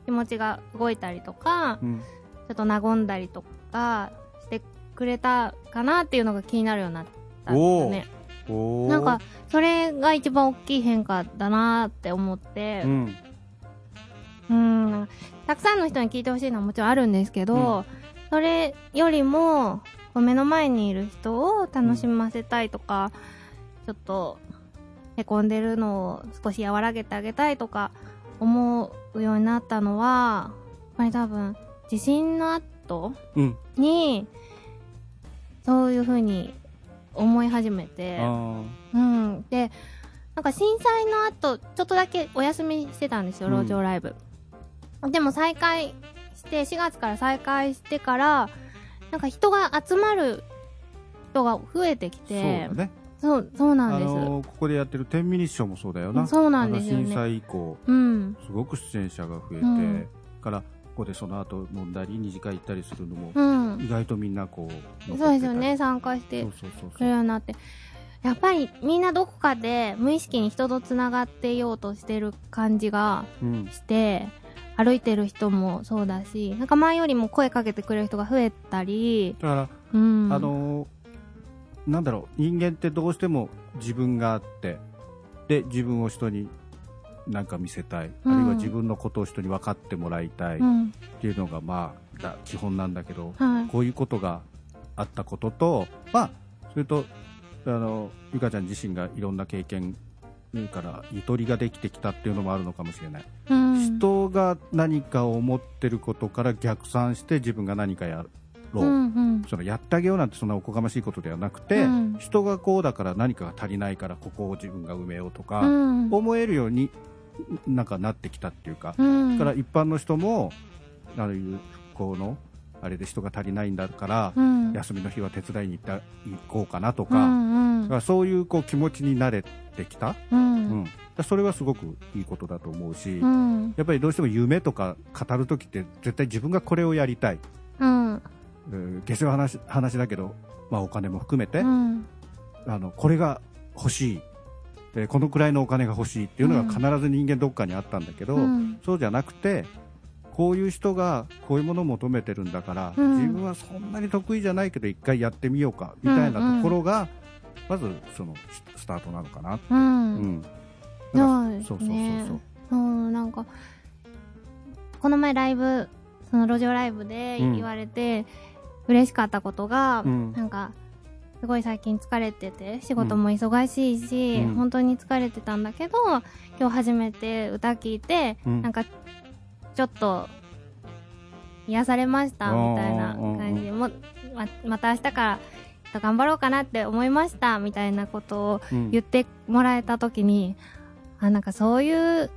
Speaker 1: 気持ちが動いたりとか、
Speaker 2: うん。
Speaker 1: ちょっと和んだりとか、してくれたかなっていうのが気になるようになったんですよね。
Speaker 2: おー
Speaker 1: なんか、、それが一番大きい変化だなーって思って、
Speaker 2: う
Speaker 1: うん、
Speaker 2: ん。
Speaker 1: なんかたくさんの人に聞いてほしいのはもちろんあるんですけ
Speaker 2: う
Speaker 1: ど、それよりも、こう目の前にいる人を楽しませたいとか、ちょっと、へこんでるのを少し和らげてあげたいとか、思うようになったのは、やっぱり多分、地震の後
Speaker 2: うん。
Speaker 1: に、そういうふうに思い始めて、
Speaker 2: あ
Speaker 1: うん。で、なんか震災の後、ちょっとだけお休みしてたんですよ、
Speaker 2: うん
Speaker 1: 路上ライブ。でも再開して、4月から再開してから、なんか人が集まる人が増えてき
Speaker 2: ー
Speaker 1: て、
Speaker 2: そうだね。
Speaker 1: そうそう
Speaker 2: あ
Speaker 1: なんです、
Speaker 2: のーここでやってる天ミニッションもそうだよな。
Speaker 1: そうなんですよね
Speaker 2: あの震災以降、
Speaker 1: うん。
Speaker 2: すごく出演者が増えて、
Speaker 1: うん
Speaker 2: から、ここでその後飲んだり、二次会行ったりするのも、
Speaker 1: うん。
Speaker 2: 意外とみんなこう、残ってた
Speaker 1: そう
Speaker 2: り
Speaker 1: ですよね、。参加し
Speaker 2: そ
Speaker 1: て
Speaker 2: うそうそう
Speaker 1: く
Speaker 2: そ
Speaker 1: れる
Speaker 2: う。
Speaker 1: ようになって。やっぱりみんなどこかで無意識に人と繋がっていようとしてる感じが
Speaker 2: うん。
Speaker 1: して歩いてる人もそうだしなんか前よりも声かけてくれる人が増えたり、
Speaker 2: だから、
Speaker 1: うん、
Speaker 2: あのーなんだろう人間ってどうしても自分があってで自分を人に何か見せたい、
Speaker 1: うん
Speaker 2: あるいは自分のことを人に分かってもらいたいっ
Speaker 1: うん
Speaker 2: ていうのが、まあだ基本なんだけど、
Speaker 1: はい、
Speaker 2: こういうことがあったことと、まあ、それとあのゆかちゃん自身がいろんな経験からゆとりができてきたっていうのもあるのかもしれない、
Speaker 1: うん、
Speaker 2: 人が何かを思ってることから逆算して自分が何かやろう、
Speaker 1: うんうん
Speaker 2: そのやってあげようなんてそんなおこがましいことではなくて、
Speaker 1: うん
Speaker 2: 人がこうだから何かが足りないからここを自分が埋めようとか、
Speaker 1: うん
Speaker 2: 思えるようになんかなってきたっていうか、
Speaker 1: うん
Speaker 2: だから一般の人もああいう復興のあれで人が足りないんだから、
Speaker 1: うん
Speaker 2: 休みの日は手伝いに行った行こうかなと
Speaker 1: う
Speaker 2: か,、
Speaker 1: んう
Speaker 2: だ
Speaker 1: ん
Speaker 2: からそういうこう気持ちに慣れてきた、
Speaker 1: う
Speaker 2: うん
Speaker 1: ん
Speaker 2: だからそれはすごくいいことだと思うし、
Speaker 1: うん
Speaker 2: やっぱりどうしても夢とか語るときって絶対自分がこれをやりたい
Speaker 1: うん
Speaker 2: えー下世話話話だけど、まあ、お金も含めて、
Speaker 1: うん
Speaker 2: あのこれが欲しいでこのくらいのお金が欲しいっていうのが必ず人間どっかにあったんだけど、
Speaker 1: うん
Speaker 2: そうじゃなくてこういう人がこういうものを求めてるんだから、
Speaker 1: うん
Speaker 2: 自分はそんなに得意じゃないけど一回やってみようかみたいなところが、まずそのススタートなのかな、
Speaker 1: う
Speaker 2: うん
Speaker 1: ん
Speaker 2: だから
Speaker 1: そうですね
Speaker 2: そうそうそうそう
Speaker 1: うんなんかこの前ライブそその路上ライブで
Speaker 2: うん
Speaker 1: 言われて、嬉しかったことが、
Speaker 2: うん
Speaker 1: なんか、すごい最近疲れてて、仕事も忙しいし、
Speaker 2: うん
Speaker 1: 本当に疲れてたんだけど、今日初めて歌聞いて、
Speaker 2: うん
Speaker 1: なんか、ちょっと、癒されました、
Speaker 2: あー
Speaker 1: みたいな感じで、もま、また明日から、頑張ろうかなって思いました、みたいなことを
Speaker 2: うん
Speaker 1: 言ってもらえた時に、あ、なんかそういう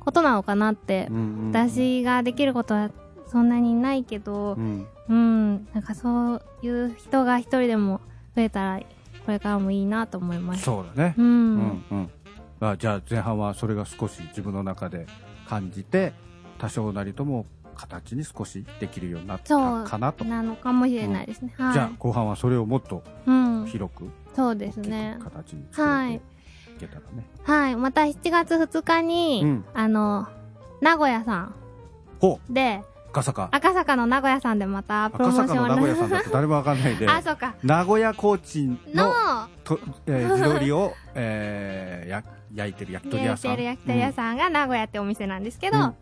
Speaker 1: ことなのかなって
Speaker 2: うんうんうん、
Speaker 1: 私ができることはそんなにないけど
Speaker 2: う、ん、
Speaker 1: うん、なんかそういう人が一人でも増えたら、これからもいいなと思います。
Speaker 2: そうだね
Speaker 1: う、。
Speaker 2: うんんうんあじゃあ前半はそれが少し自分の中で感じて多少なりとも形に少しできるようになった
Speaker 1: そう
Speaker 2: かなとじ
Speaker 1: なのかもしれないですね。はい。
Speaker 2: ゃあ後半はそれをもっと
Speaker 1: うん。
Speaker 2: 広く
Speaker 1: そう
Speaker 2: 大
Speaker 1: で
Speaker 2: き
Speaker 1: す
Speaker 2: く
Speaker 1: ね。
Speaker 2: 形に
Speaker 1: は
Speaker 2: 作
Speaker 1: い
Speaker 2: っていけたらね、
Speaker 1: はい。また7月2日に、
Speaker 2: うん
Speaker 1: あの、名古屋さん
Speaker 2: ほう
Speaker 1: で、
Speaker 2: 赤坂
Speaker 1: 赤坂の名古屋さんでまたプロ
Speaker 2: 赤
Speaker 1: モーシ
Speaker 2: 坂
Speaker 1: ョ
Speaker 2: の
Speaker 1: ン
Speaker 2: 名古屋さんだと誰もわかんない で
Speaker 1: あ、そうか。
Speaker 2: 名古屋コーチンの
Speaker 1: の、
Speaker 2: と、えー、 地鶏を、えー、や焼いてる焼き鳥屋
Speaker 1: 焼い
Speaker 2: さ
Speaker 1: て
Speaker 2: ん
Speaker 1: る焼き鳥屋さんが名古屋ってお店なんですけど、
Speaker 2: うん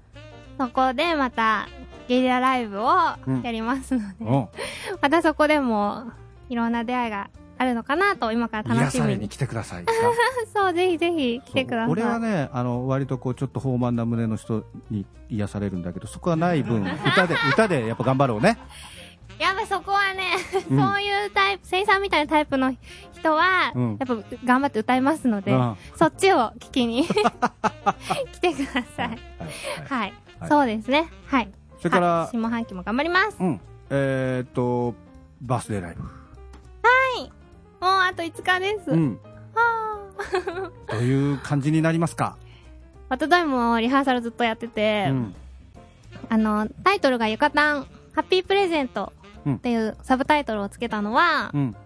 Speaker 1: そこでまたゲリラライブをやりますので、
Speaker 2: うん、うん
Speaker 1: またそこでもいろんな出会いがあるのかなと今から
Speaker 2: 癒
Speaker 1: 楽し
Speaker 2: さ
Speaker 1: み
Speaker 2: れに
Speaker 1: に。
Speaker 2: 来てください
Speaker 1: そう、ぜひぜひ来てください。
Speaker 2: 俺はねあの割とこうちょっと豊満な胸の人に癒されるんだけどそこはな い分歌で歌でやっぱ頑張ろうね
Speaker 1: やっぱそこはね、
Speaker 2: う ん
Speaker 1: そういうタイプ、生産みたいなタイプの人は、
Speaker 2: うん
Speaker 1: やっぱ頑張って歌いますので、
Speaker 2: うん
Speaker 1: そっちを聞き に来てください。
Speaker 2: はい
Speaker 1: はい。
Speaker 2: はい
Speaker 1: そうですね。はい。
Speaker 2: それから、
Speaker 1: はい下半期も頑張ります。
Speaker 2: うんえー、っとバースデーライブ、
Speaker 1: もうあと5日です。
Speaker 2: うん、
Speaker 1: はあ。
Speaker 2: どういう感じになりますか、
Speaker 1: おとといもリハーサルずっとやってて、
Speaker 2: うん
Speaker 1: あの、タイトルが浴衣、ハッピープレゼントっていうサブタイトルをつけたのは、
Speaker 2: うん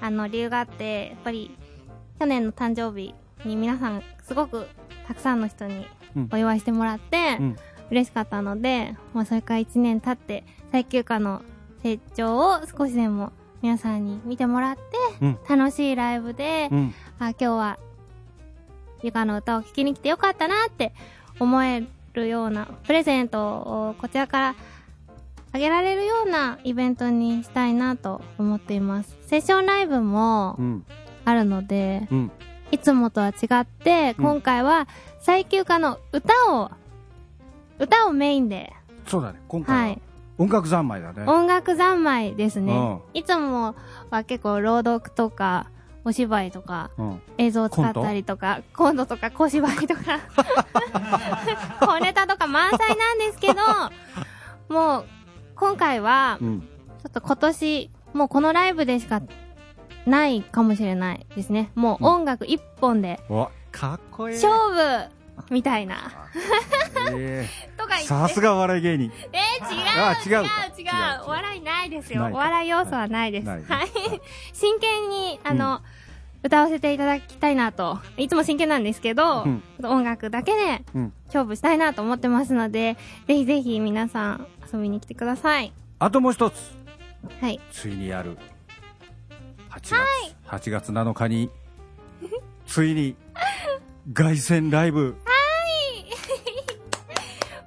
Speaker 1: あの、理由があって、やっぱり、去年の誕生日に皆さん、すごくたくさんの人に
Speaker 2: うん
Speaker 1: お祝いしてもらって、
Speaker 2: うん
Speaker 1: 嬉しかったので、もうそれから1年経って、最休暇の成長を少しでも皆さんに見てもらって、
Speaker 2: うん
Speaker 1: 楽しいライブで、
Speaker 2: うん
Speaker 1: あ今日はゆかの歌を聴きに来てよかったなって思えるようなプレゼントをこちらからあげられるようなイベントにしたいなと思っていますセッションライブも
Speaker 2: うん
Speaker 1: あるので、
Speaker 2: うん
Speaker 1: いつもとは違って
Speaker 2: うん
Speaker 1: 今回は最休暇の歌を歌をメインで、
Speaker 2: そうだね今
Speaker 1: は、
Speaker 2: 回はい音楽三昧だね、
Speaker 1: 音楽三昧ですね、
Speaker 2: う
Speaker 1: いつもは結構朗読とかお芝居とか
Speaker 2: んうん、
Speaker 1: 映像を使ったりとか、コントとか小芝居と か、小ネタとか満載なんですけど、もう、今回は
Speaker 2: う、ん、
Speaker 1: ちょっと今年、もうこのライブでしかないかもしれないですね。もう音楽一本で、
Speaker 2: うわ
Speaker 5: かっこいい。
Speaker 1: 勝負みたいな。
Speaker 2: え
Speaker 1: とか
Speaker 2: ー、
Speaker 1: 言
Speaker 2: さ
Speaker 1: って。
Speaker 2: すがお笑い芸人
Speaker 1: えー、
Speaker 2: あ
Speaker 1: 違う違う
Speaker 2: 違うか
Speaker 1: 違
Speaker 2: 違う違
Speaker 1: う
Speaker 2: う
Speaker 1: お笑いないですよ。
Speaker 2: ない
Speaker 1: お
Speaker 2: か
Speaker 1: 笑い要素はないです。
Speaker 2: ないね
Speaker 1: はい。真剣に、あ
Speaker 2: う
Speaker 1: の、歌わせていただきたいなと。いつも真剣なんですけど、
Speaker 2: うん
Speaker 1: 音楽だけで
Speaker 2: うん
Speaker 1: 勝負したいなと思ってますので、ぜひぜひ皆さん遊びに来てください。
Speaker 2: あともう一つ
Speaker 1: はい。
Speaker 2: ついにやる8月、8月7日についに凱旋ライブ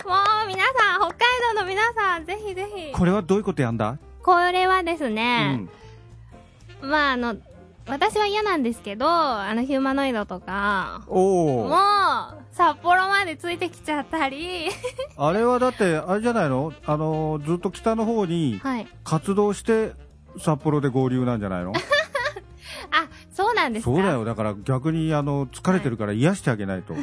Speaker 1: もう皆さん、北海道の皆さん、ぜひぜひ。
Speaker 2: これはどういうことやんだ、
Speaker 1: これはです
Speaker 2: う
Speaker 1: ね、
Speaker 2: ん
Speaker 1: まああの、私は嫌なんですけど、あのヒューマノイドとか、
Speaker 2: お
Speaker 1: も
Speaker 2: お
Speaker 1: う、札幌までついてきちゃった り、
Speaker 2: あれはだってあれじゃないのあのずっと北の方に
Speaker 1: はい。
Speaker 2: 活動して札幌で合流なんじ ゃないの
Speaker 1: あ、そうなんですか
Speaker 2: そうだ。よだから逆にあの疲れてるから癒してあ げないと、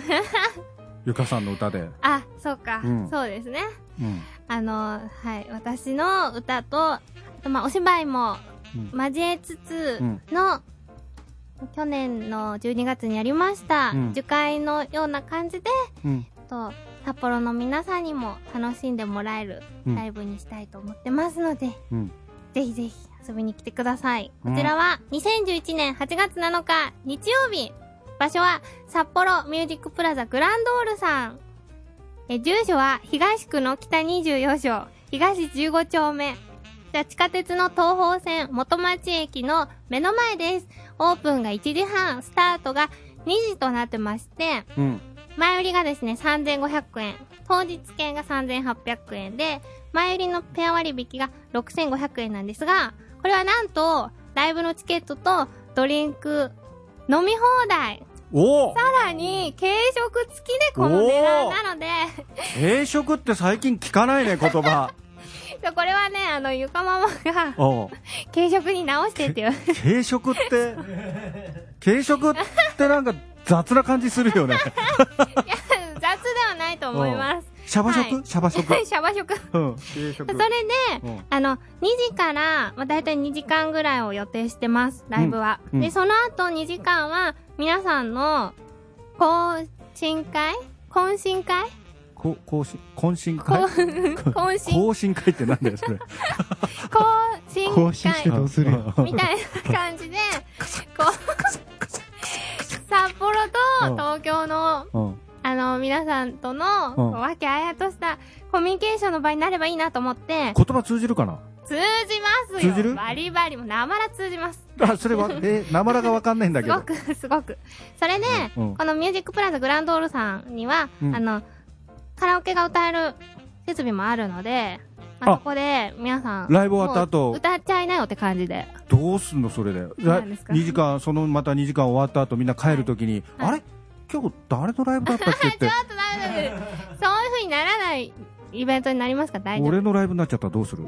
Speaker 2: ゆかさんの歌で、
Speaker 1: あ、そうか、
Speaker 2: うん
Speaker 1: そうですね。
Speaker 2: うん
Speaker 1: あの、はい。私の歌と、あとまあ、お芝居も
Speaker 2: うん
Speaker 1: 交えつつ
Speaker 2: うん
Speaker 1: の、去年の12月にやりました、
Speaker 2: うん
Speaker 1: 樹海のような感じで、
Speaker 2: うん
Speaker 1: と、札幌の皆さんにも楽しんでもらえる
Speaker 2: うん
Speaker 1: ライブにしたいと思ってますので、
Speaker 2: うん
Speaker 1: ぜひぜひ遊びに来てください。
Speaker 2: うん
Speaker 1: こちらは2011年8月7日日曜日。場所は札幌ミュージックプラザグランドールさん。え、住所は東区の北24条、東15丁目。じゃあ地下鉄の東方線元町駅の目の前です。オープンが1時半、スタートが2時となってまして、
Speaker 2: うん
Speaker 1: 前売りがですね、3500円。当日券が3800円で、前売りのペア割引が6500円なんですが、これはなんと、ライブのチケットとドリンク、飲み放題、
Speaker 2: おお
Speaker 1: さらに軽食付きでこの値段なので、
Speaker 2: 定食って最近聞かないね、言葉。
Speaker 1: そうこれはね、あの、ゆかママが
Speaker 2: おう
Speaker 1: 軽食に直して っていう。
Speaker 2: 軽食って、軽食ってなんか雑な感じす るよね。
Speaker 1: いや、雑ではないと思います。
Speaker 2: シャバ食、
Speaker 1: はい
Speaker 2: シャバ食。
Speaker 1: シャバ食。
Speaker 2: うん、軽食
Speaker 1: それで、
Speaker 2: うん
Speaker 1: あの、2時から、まあ、大体2時間ぐらいを予定してます、ライブは。
Speaker 2: うんう
Speaker 1: で、
Speaker 2: ん
Speaker 1: その後2時間は、皆さんの、懇親会懇親会
Speaker 2: こ懇親、懇親会
Speaker 1: 懇懇親、
Speaker 2: 懇親会ってなんだよ、それ。
Speaker 1: 懇
Speaker 5: 更新
Speaker 1: 親
Speaker 5: し
Speaker 1: 会
Speaker 5: て。どうするよ。
Speaker 1: みたいな感じで、こう、札幌と東京の、
Speaker 2: うん。
Speaker 1: あの、皆さんとの、こう和気あいあいとしたコミュニケーションの場になればいいなと思って、
Speaker 2: 言葉通じる かな
Speaker 1: 通じますよ
Speaker 2: 通じる
Speaker 1: バリバリ、もうなまら通じます。
Speaker 2: あ、それは、え、なまらがわかんないんだ
Speaker 1: す
Speaker 2: け
Speaker 1: ご
Speaker 2: ど。
Speaker 1: く、すごく。それで、
Speaker 2: うん
Speaker 1: このミュージックプラザグランドオールさんには、
Speaker 2: うん
Speaker 1: あの、カラオケが歌える設備もあるので、まあ、
Speaker 2: あ
Speaker 1: そこで、皆さん。
Speaker 2: ライブ終わった後
Speaker 1: もう歌っちゃいなよって感じで。
Speaker 2: どうすんの、それで。
Speaker 1: うなんですか
Speaker 2: 2時間、そのまた2時間終わった後、みんな帰るときに、
Speaker 1: はい
Speaker 2: あれ今日誰のライブだったっけ っ
Speaker 1: ち
Speaker 2: て、
Speaker 1: ょっとダメだめだそういう風にならないイベントになりますか大丈夫。
Speaker 2: 俺のライブになっちゃったらど うする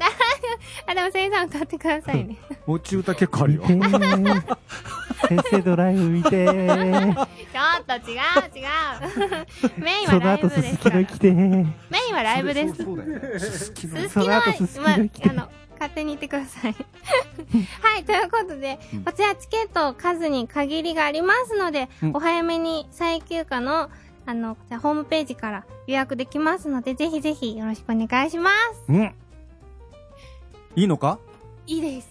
Speaker 1: あ、でも、せいさん歌ってくださいね。
Speaker 2: おち歌結構あるよ。
Speaker 5: 見てー先生ドライブ見てー
Speaker 1: ちょっと違う、 違う。メインは
Speaker 5: その
Speaker 1: ライブ
Speaker 5: 後
Speaker 1: ですす
Speaker 5: すき
Speaker 1: から。
Speaker 5: の
Speaker 1: メ
Speaker 5: 来てー
Speaker 1: インはライブです。
Speaker 2: そうだよね好きな
Speaker 1: 鈴木
Speaker 5: そ
Speaker 1: の
Speaker 5: の
Speaker 1: は
Speaker 5: 後すすき
Speaker 1: まあ、あ
Speaker 5: の来て
Speaker 1: の、勝手に言ってください。はい、ということで、
Speaker 2: うん
Speaker 1: こちらチケット数に限りがありますので、
Speaker 2: うん
Speaker 1: お早めに最休暇の、あの、こちらホームページから予約できますので、ぜひぜひよろしくお願いします。
Speaker 2: うん。いいのか
Speaker 1: いいです。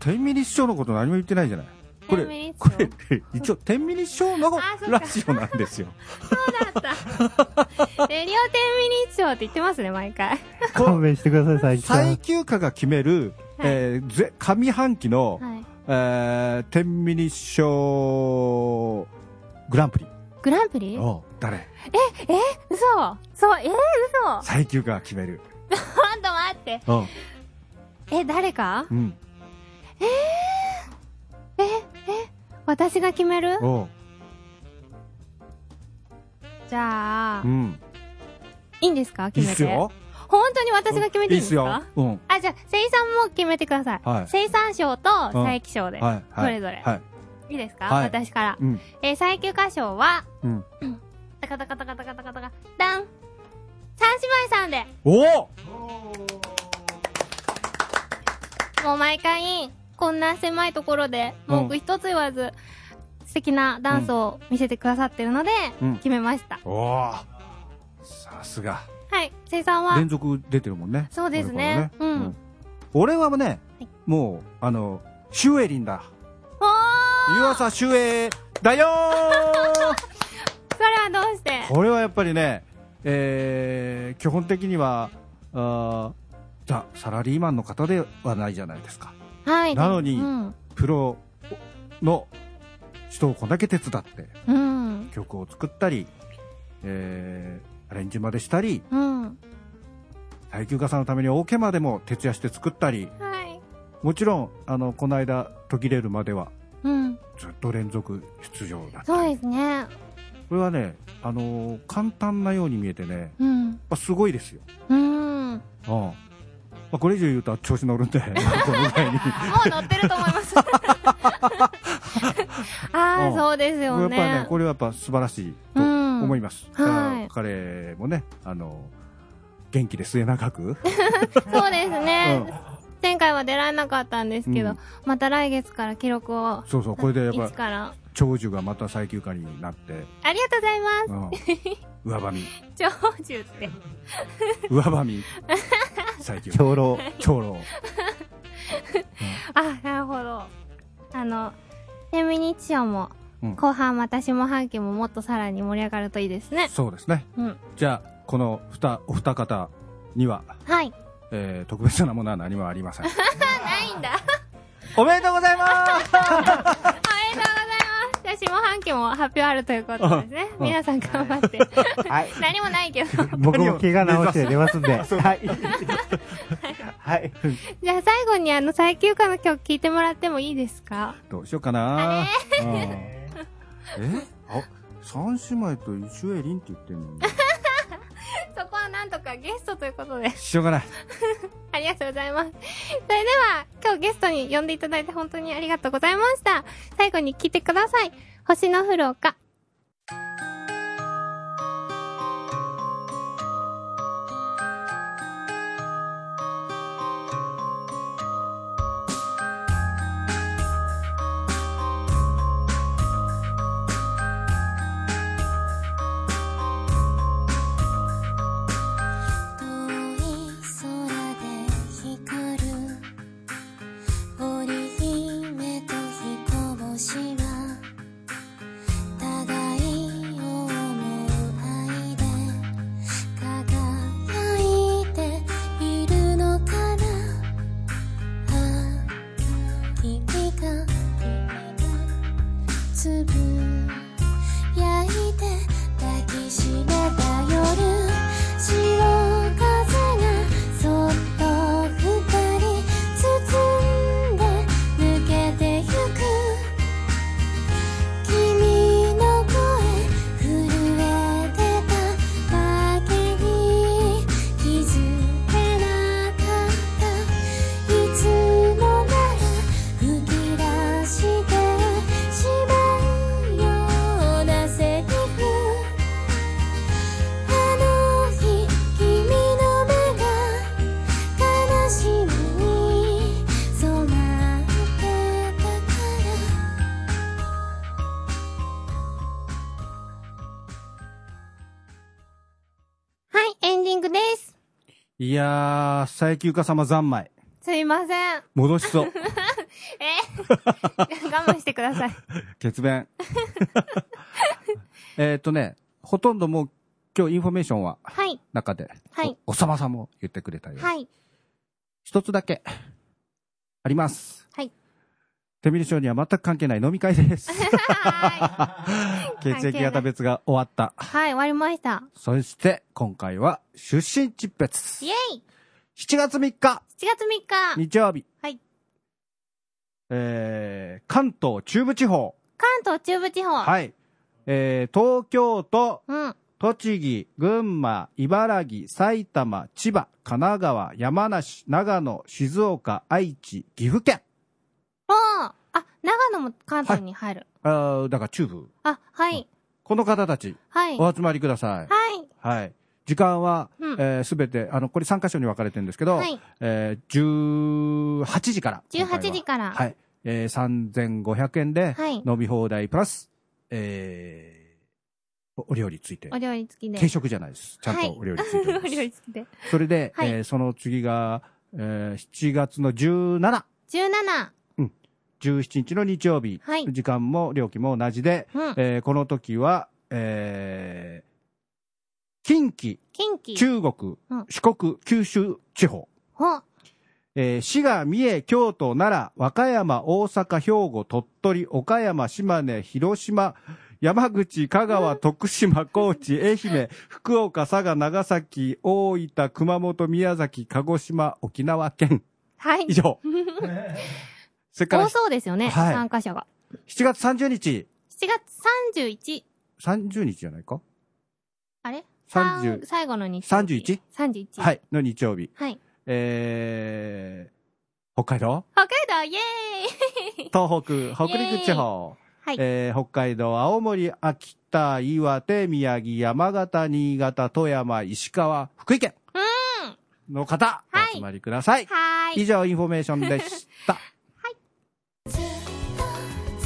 Speaker 2: 天ミニ師匠のこと何も言ってないじゃない。これ
Speaker 1: 天秤、
Speaker 2: こ
Speaker 1: 師匠
Speaker 2: れ、一応、天ミニ師匠の
Speaker 1: あそっか
Speaker 2: ラジオなんです よ。
Speaker 1: そうだった。レディオテンミニッチョって言ってますね、毎回。
Speaker 5: 勘弁してください最近
Speaker 2: 最休暇が決める、えーぜ上半期の、
Speaker 1: はい。
Speaker 2: えー、天ミニ師匠グランプリ。
Speaker 1: グランプリ
Speaker 2: おう誰
Speaker 1: 嘘そう、えー、嘘
Speaker 2: 最休暇が決める。
Speaker 1: ちょっと待って。
Speaker 2: うん。
Speaker 1: え、誰か
Speaker 2: うん。
Speaker 1: え、え、私が決める
Speaker 2: おう
Speaker 1: じゃあ
Speaker 2: う、ん。
Speaker 1: いいんですか
Speaker 2: いい
Speaker 1: 決
Speaker 2: っ
Speaker 1: め
Speaker 2: す
Speaker 1: て。
Speaker 2: よ。
Speaker 1: 本当に私が決めていいんです
Speaker 2: いいっ
Speaker 1: か
Speaker 2: すよ。うん。
Speaker 1: あ、じゃあ、生産も決めてください。
Speaker 2: はい
Speaker 1: 生産賞と佐伯賞で。
Speaker 2: はい。はい
Speaker 1: それぞれ
Speaker 2: はい。
Speaker 1: いいですか、
Speaker 2: はい
Speaker 1: 私から。
Speaker 2: うん。
Speaker 1: えー、最休歌賞は、
Speaker 2: うん。
Speaker 1: タカタカタカタカタカタカ、ダン三姉妹さんで、
Speaker 2: おお
Speaker 1: もう毎回、こんな狭いところで、文句一つ言わず、素敵なダンスを見せてくださってるので、
Speaker 2: うん
Speaker 1: 決めました。
Speaker 2: おーさすが。
Speaker 1: はい、生産は
Speaker 2: 連、続出てるもんね。
Speaker 1: そうですね
Speaker 2: これから
Speaker 1: うん
Speaker 2: 俺はね、
Speaker 1: はい
Speaker 2: もう、あの、シュエリンだ。
Speaker 1: おー
Speaker 2: 湯浅シュエだよ
Speaker 1: それはどうして
Speaker 2: ーこれはやっぱりね、えー、基本的には、あーザ・サラリーマンの方ではないじゃないですか。
Speaker 1: はい。
Speaker 2: なのに
Speaker 1: うん。
Speaker 2: プロの人をこんだけ手伝って
Speaker 1: うん。
Speaker 2: 曲を作ったり、えー、アレンジまでしたり、
Speaker 1: うん。
Speaker 2: 耐久化さんのためにオ、ケまでも徹夜して作ったり、
Speaker 1: はい。
Speaker 2: もちろん、あの、この間途切れるまでは
Speaker 1: うん。
Speaker 2: ずっと連続出場だった
Speaker 1: そうですね。
Speaker 2: これはね、あのー簡単なように見えてね、やっ
Speaker 1: うん。
Speaker 2: ぱすごいですよ。
Speaker 1: うん。も
Speaker 2: うん。まあ、これ以上言うと調子 乗るんで、このぐらいに。
Speaker 1: う乗ってると思い ます。あ
Speaker 2: う
Speaker 1: あ、
Speaker 2: ん
Speaker 1: そうですよね。
Speaker 2: やっぱね、これはやっぱ素晴らしい
Speaker 1: う
Speaker 2: と
Speaker 1: ん
Speaker 2: 思います。
Speaker 1: はい
Speaker 2: だから彼もね、あのー元気で末永く。
Speaker 1: そうですね、
Speaker 2: うん
Speaker 1: 前回は出られなかったんですけど、
Speaker 2: うん
Speaker 1: また来月から記録を、
Speaker 2: そうそう、これでや
Speaker 1: い
Speaker 2: っ
Speaker 1: つ
Speaker 2: ぱ、
Speaker 1: から。
Speaker 2: 長寿がまた最休暇になって、
Speaker 1: ありがとうございま
Speaker 2: うん、上ばみ、
Speaker 1: す。長寿って。
Speaker 2: 上ばみ、最 休暇、
Speaker 5: 長老
Speaker 2: 長老。
Speaker 1: あ、なるほど。あの、セミニッチョも、
Speaker 2: うん
Speaker 1: 後半私も半期ももっとさらに盛り上がるといいですね。
Speaker 2: そうですね。
Speaker 1: うん。
Speaker 2: じゃあ、この二、お二方には、
Speaker 1: はい。
Speaker 2: えー特別なものは何もあり ません。
Speaker 1: ないんだ。
Speaker 2: おめでとうございます
Speaker 1: おめでとうございます。私も半期期も発表あるということですね。
Speaker 2: うん
Speaker 1: 皆さん頑張 って。
Speaker 7: はい。
Speaker 1: 何もないけど。
Speaker 7: 僕も怪我治して出ますん で。はい。はい。
Speaker 1: じゃあ最後にあの最休暇の曲聴いてもらってもいいですか
Speaker 2: どうしようかな うんえあ、三姉妹と一応エリンって言ってんのに。
Speaker 1: そこはなんとかゲストということで。
Speaker 2: しょうがない。
Speaker 1: ありがとうございます。それでは今日ゲストに呼んでいただいて本当にありがとうございました。最後に聴いてください。星のフローか。
Speaker 6: 遠い空で光る織姫と彦星は互いを思う愛で輝いているのかなああ君がつぶやいて抱きしめた夜「潮風がそっと二人包んで抜けてゆく」「君の声震えてただけに気づけなかった」「いつもなら吹き出してしまうようなセリフ」「あの日君の目が悲しみに染まってたから」
Speaker 1: はい、エンディングです。
Speaker 2: いやー、最休暇様三昧。
Speaker 1: すいません。
Speaker 2: 戻し そう。
Speaker 1: え我慢してくだ さい。
Speaker 2: 血便。 えっとね、ほとんどもう今日インフォメーションは
Speaker 1: はい、
Speaker 2: 中で、
Speaker 1: はい
Speaker 2: お、おさまさんも言ってくれたよ。
Speaker 1: はい。
Speaker 2: 一つだけ、あります。
Speaker 1: はい。
Speaker 2: 手見り賞には全く関係ない飲み 会です。
Speaker 1: は
Speaker 2: 血液型別が終わった。
Speaker 1: い、はい、終わりました。
Speaker 2: そして、今回は、出身地別
Speaker 1: イ。エイ
Speaker 2: 7月3日、
Speaker 1: !7 月3日、
Speaker 2: 日曜日。
Speaker 1: はい。
Speaker 2: えー、関東中部地方。
Speaker 1: 関東中部地方。
Speaker 2: はい。えー、東京都、
Speaker 1: うん。
Speaker 2: 栃木、群馬、茨城、埼玉、千葉、神奈川、山梨、長野、静岡、愛知、岐阜県。
Speaker 1: おーあ、長野も関東に入る。
Speaker 2: あーだから中部。
Speaker 1: あ、はい、
Speaker 2: この方たち、
Speaker 1: はい、は
Speaker 2: お集まりください。
Speaker 1: い、
Speaker 2: はい。時間は、
Speaker 1: うん
Speaker 2: えーすべて、あの、これ3箇所に分かれてるんですけど、
Speaker 1: はい
Speaker 2: えー、18時から。
Speaker 1: 18時から
Speaker 2: 今回ははい。えー、3500円で、
Speaker 1: はい
Speaker 2: 飲み放題プラス、えー、お料理ついて
Speaker 1: お。料理付きで。
Speaker 2: 軽食じゃないです。ちゃん
Speaker 1: は
Speaker 2: と
Speaker 1: い
Speaker 2: お料理ついており ま
Speaker 1: お
Speaker 2: す。
Speaker 1: 料理付きで。
Speaker 2: それで、
Speaker 1: はい
Speaker 2: えーその次が、えー、7月の17、
Speaker 1: 17、
Speaker 2: 17日の日曜日。
Speaker 1: はい
Speaker 2: 時間も料金も同じで、
Speaker 1: うん、
Speaker 2: えーこの時は、えー、近畿、
Speaker 1: 近畿、
Speaker 2: 中国
Speaker 1: うん、
Speaker 2: 四国、九州地方。
Speaker 1: ほ、
Speaker 2: えー滋賀、三重、京都、奈良、和歌山、大阪、兵庫、鳥取、岡山、島根、広島、山口、香川、徳島、高知、愛媛、福岡、佐賀、長崎、大分、熊本、宮崎、鹿児島、沖縄県。
Speaker 1: はい
Speaker 2: 以。上。それから
Speaker 1: 多そうですよね、
Speaker 2: はい
Speaker 1: 参加者が。
Speaker 2: 7月30日。
Speaker 1: 7月31、
Speaker 2: 30日じゃないか
Speaker 1: あれ
Speaker 2: 30
Speaker 1: 三最後の日。
Speaker 2: 31
Speaker 1: ?31。
Speaker 2: はい。の日曜日。
Speaker 1: はい。
Speaker 2: えー、北海道
Speaker 1: 北海道、イエーイ
Speaker 2: 東北、北陸地方。
Speaker 1: はい
Speaker 2: えー北海道、青森、秋田、岩手、宮城、山形、新潟、富山、石川、福井県。の方、
Speaker 1: はい
Speaker 2: お集まりください。
Speaker 1: はーい
Speaker 2: 以。上、インフォメーション でした。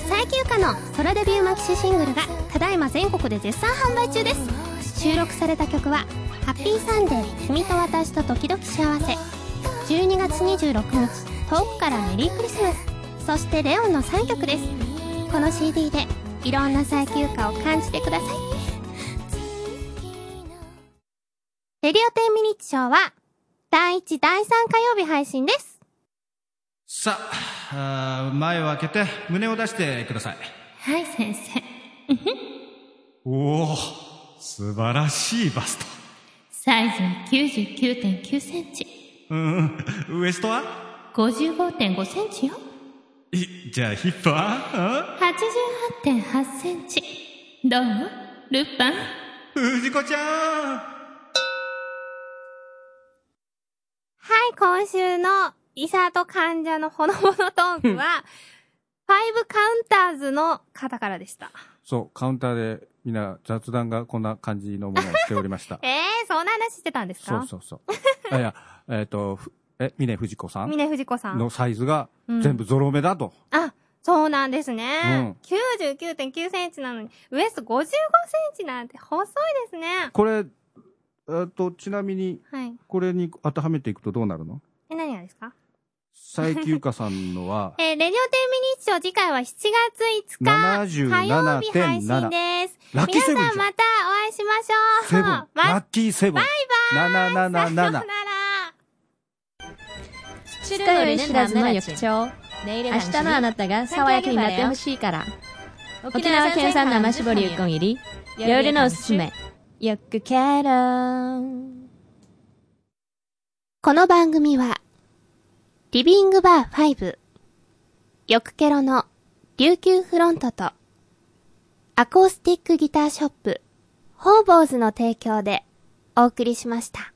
Speaker 1: 最休暇のソロデビューマキシシングルがただいま全国で絶賛販売中です収録された曲は「ハッピーサンデー君と私と時々幸せ」12月26日遠くからメリークリスマスそしてレオンの3曲ですこの CD でいろんな最休暇を感じてくださいレディオ10ミニッチショーは第1第3火曜日配信です
Speaker 2: さああー、前を開けて、胸を出してください。
Speaker 1: はい先生
Speaker 8: おお素晴らしいバスト
Speaker 6: サイズは99.9センチ。
Speaker 8: うんウエストは
Speaker 6: 55.5センチよ。
Speaker 8: いじゃあヒップは
Speaker 6: 88.8センチ。どうも、ルッパン。
Speaker 8: うん藤子ちゃん
Speaker 1: はい、今週のイサート患者のほのぼのトークは、ファイブカウンターズの方からでした。
Speaker 2: そう、カウンターでみんな雑談がこんな感じのものをしておりました
Speaker 1: 。ええー、そんな話してたんです
Speaker 2: そう
Speaker 1: か
Speaker 2: そうそう。あいや、えっ、と、ふえ、峰藤子さん
Speaker 1: 峰藤子さん。
Speaker 2: のサイズが
Speaker 1: うん
Speaker 2: 全部ゾロ目だと。
Speaker 1: あ、そうなんですね。99.9センチなのに、ウエスト55センチなんて細いですね。
Speaker 2: これ、えっと、ちなみに、
Speaker 1: はい。
Speaker 2: これに当てはめていくとどうなるの
Speaker 1: え、何がですか、
Speaker 2: 佐伯優香さんのは
Speaker 1: えーレディオテンミニッチョ次回は7月5日火曜日配信
Speaker 2: 77.7。
Speaker 1: です。
Speaker 2: ラッキ
Speaker 1: 皆
Speaker 2: ーセブン
Speaker 1: さん
Speaker 2: じゃん
Speaker 1: またお会いしましょう。
Speaker 2: セブン。ラ
Speaker 1: ま
Speaker 2: ッキーセブン。バイバ
Speaker 1: さようなら
Speaker 2: 777。。
Speaker 4: 知るのに知らずの翌朝明日のあなたが爽やかになってほしいから沖縄県産生搾りうこん入り夜のおすすめよくケロン
Speaker 6: この番組は、リビングバー5、よくケロの琉球フロントと、アコースティックギターショップ、ホーボーズの提供でお送りしました。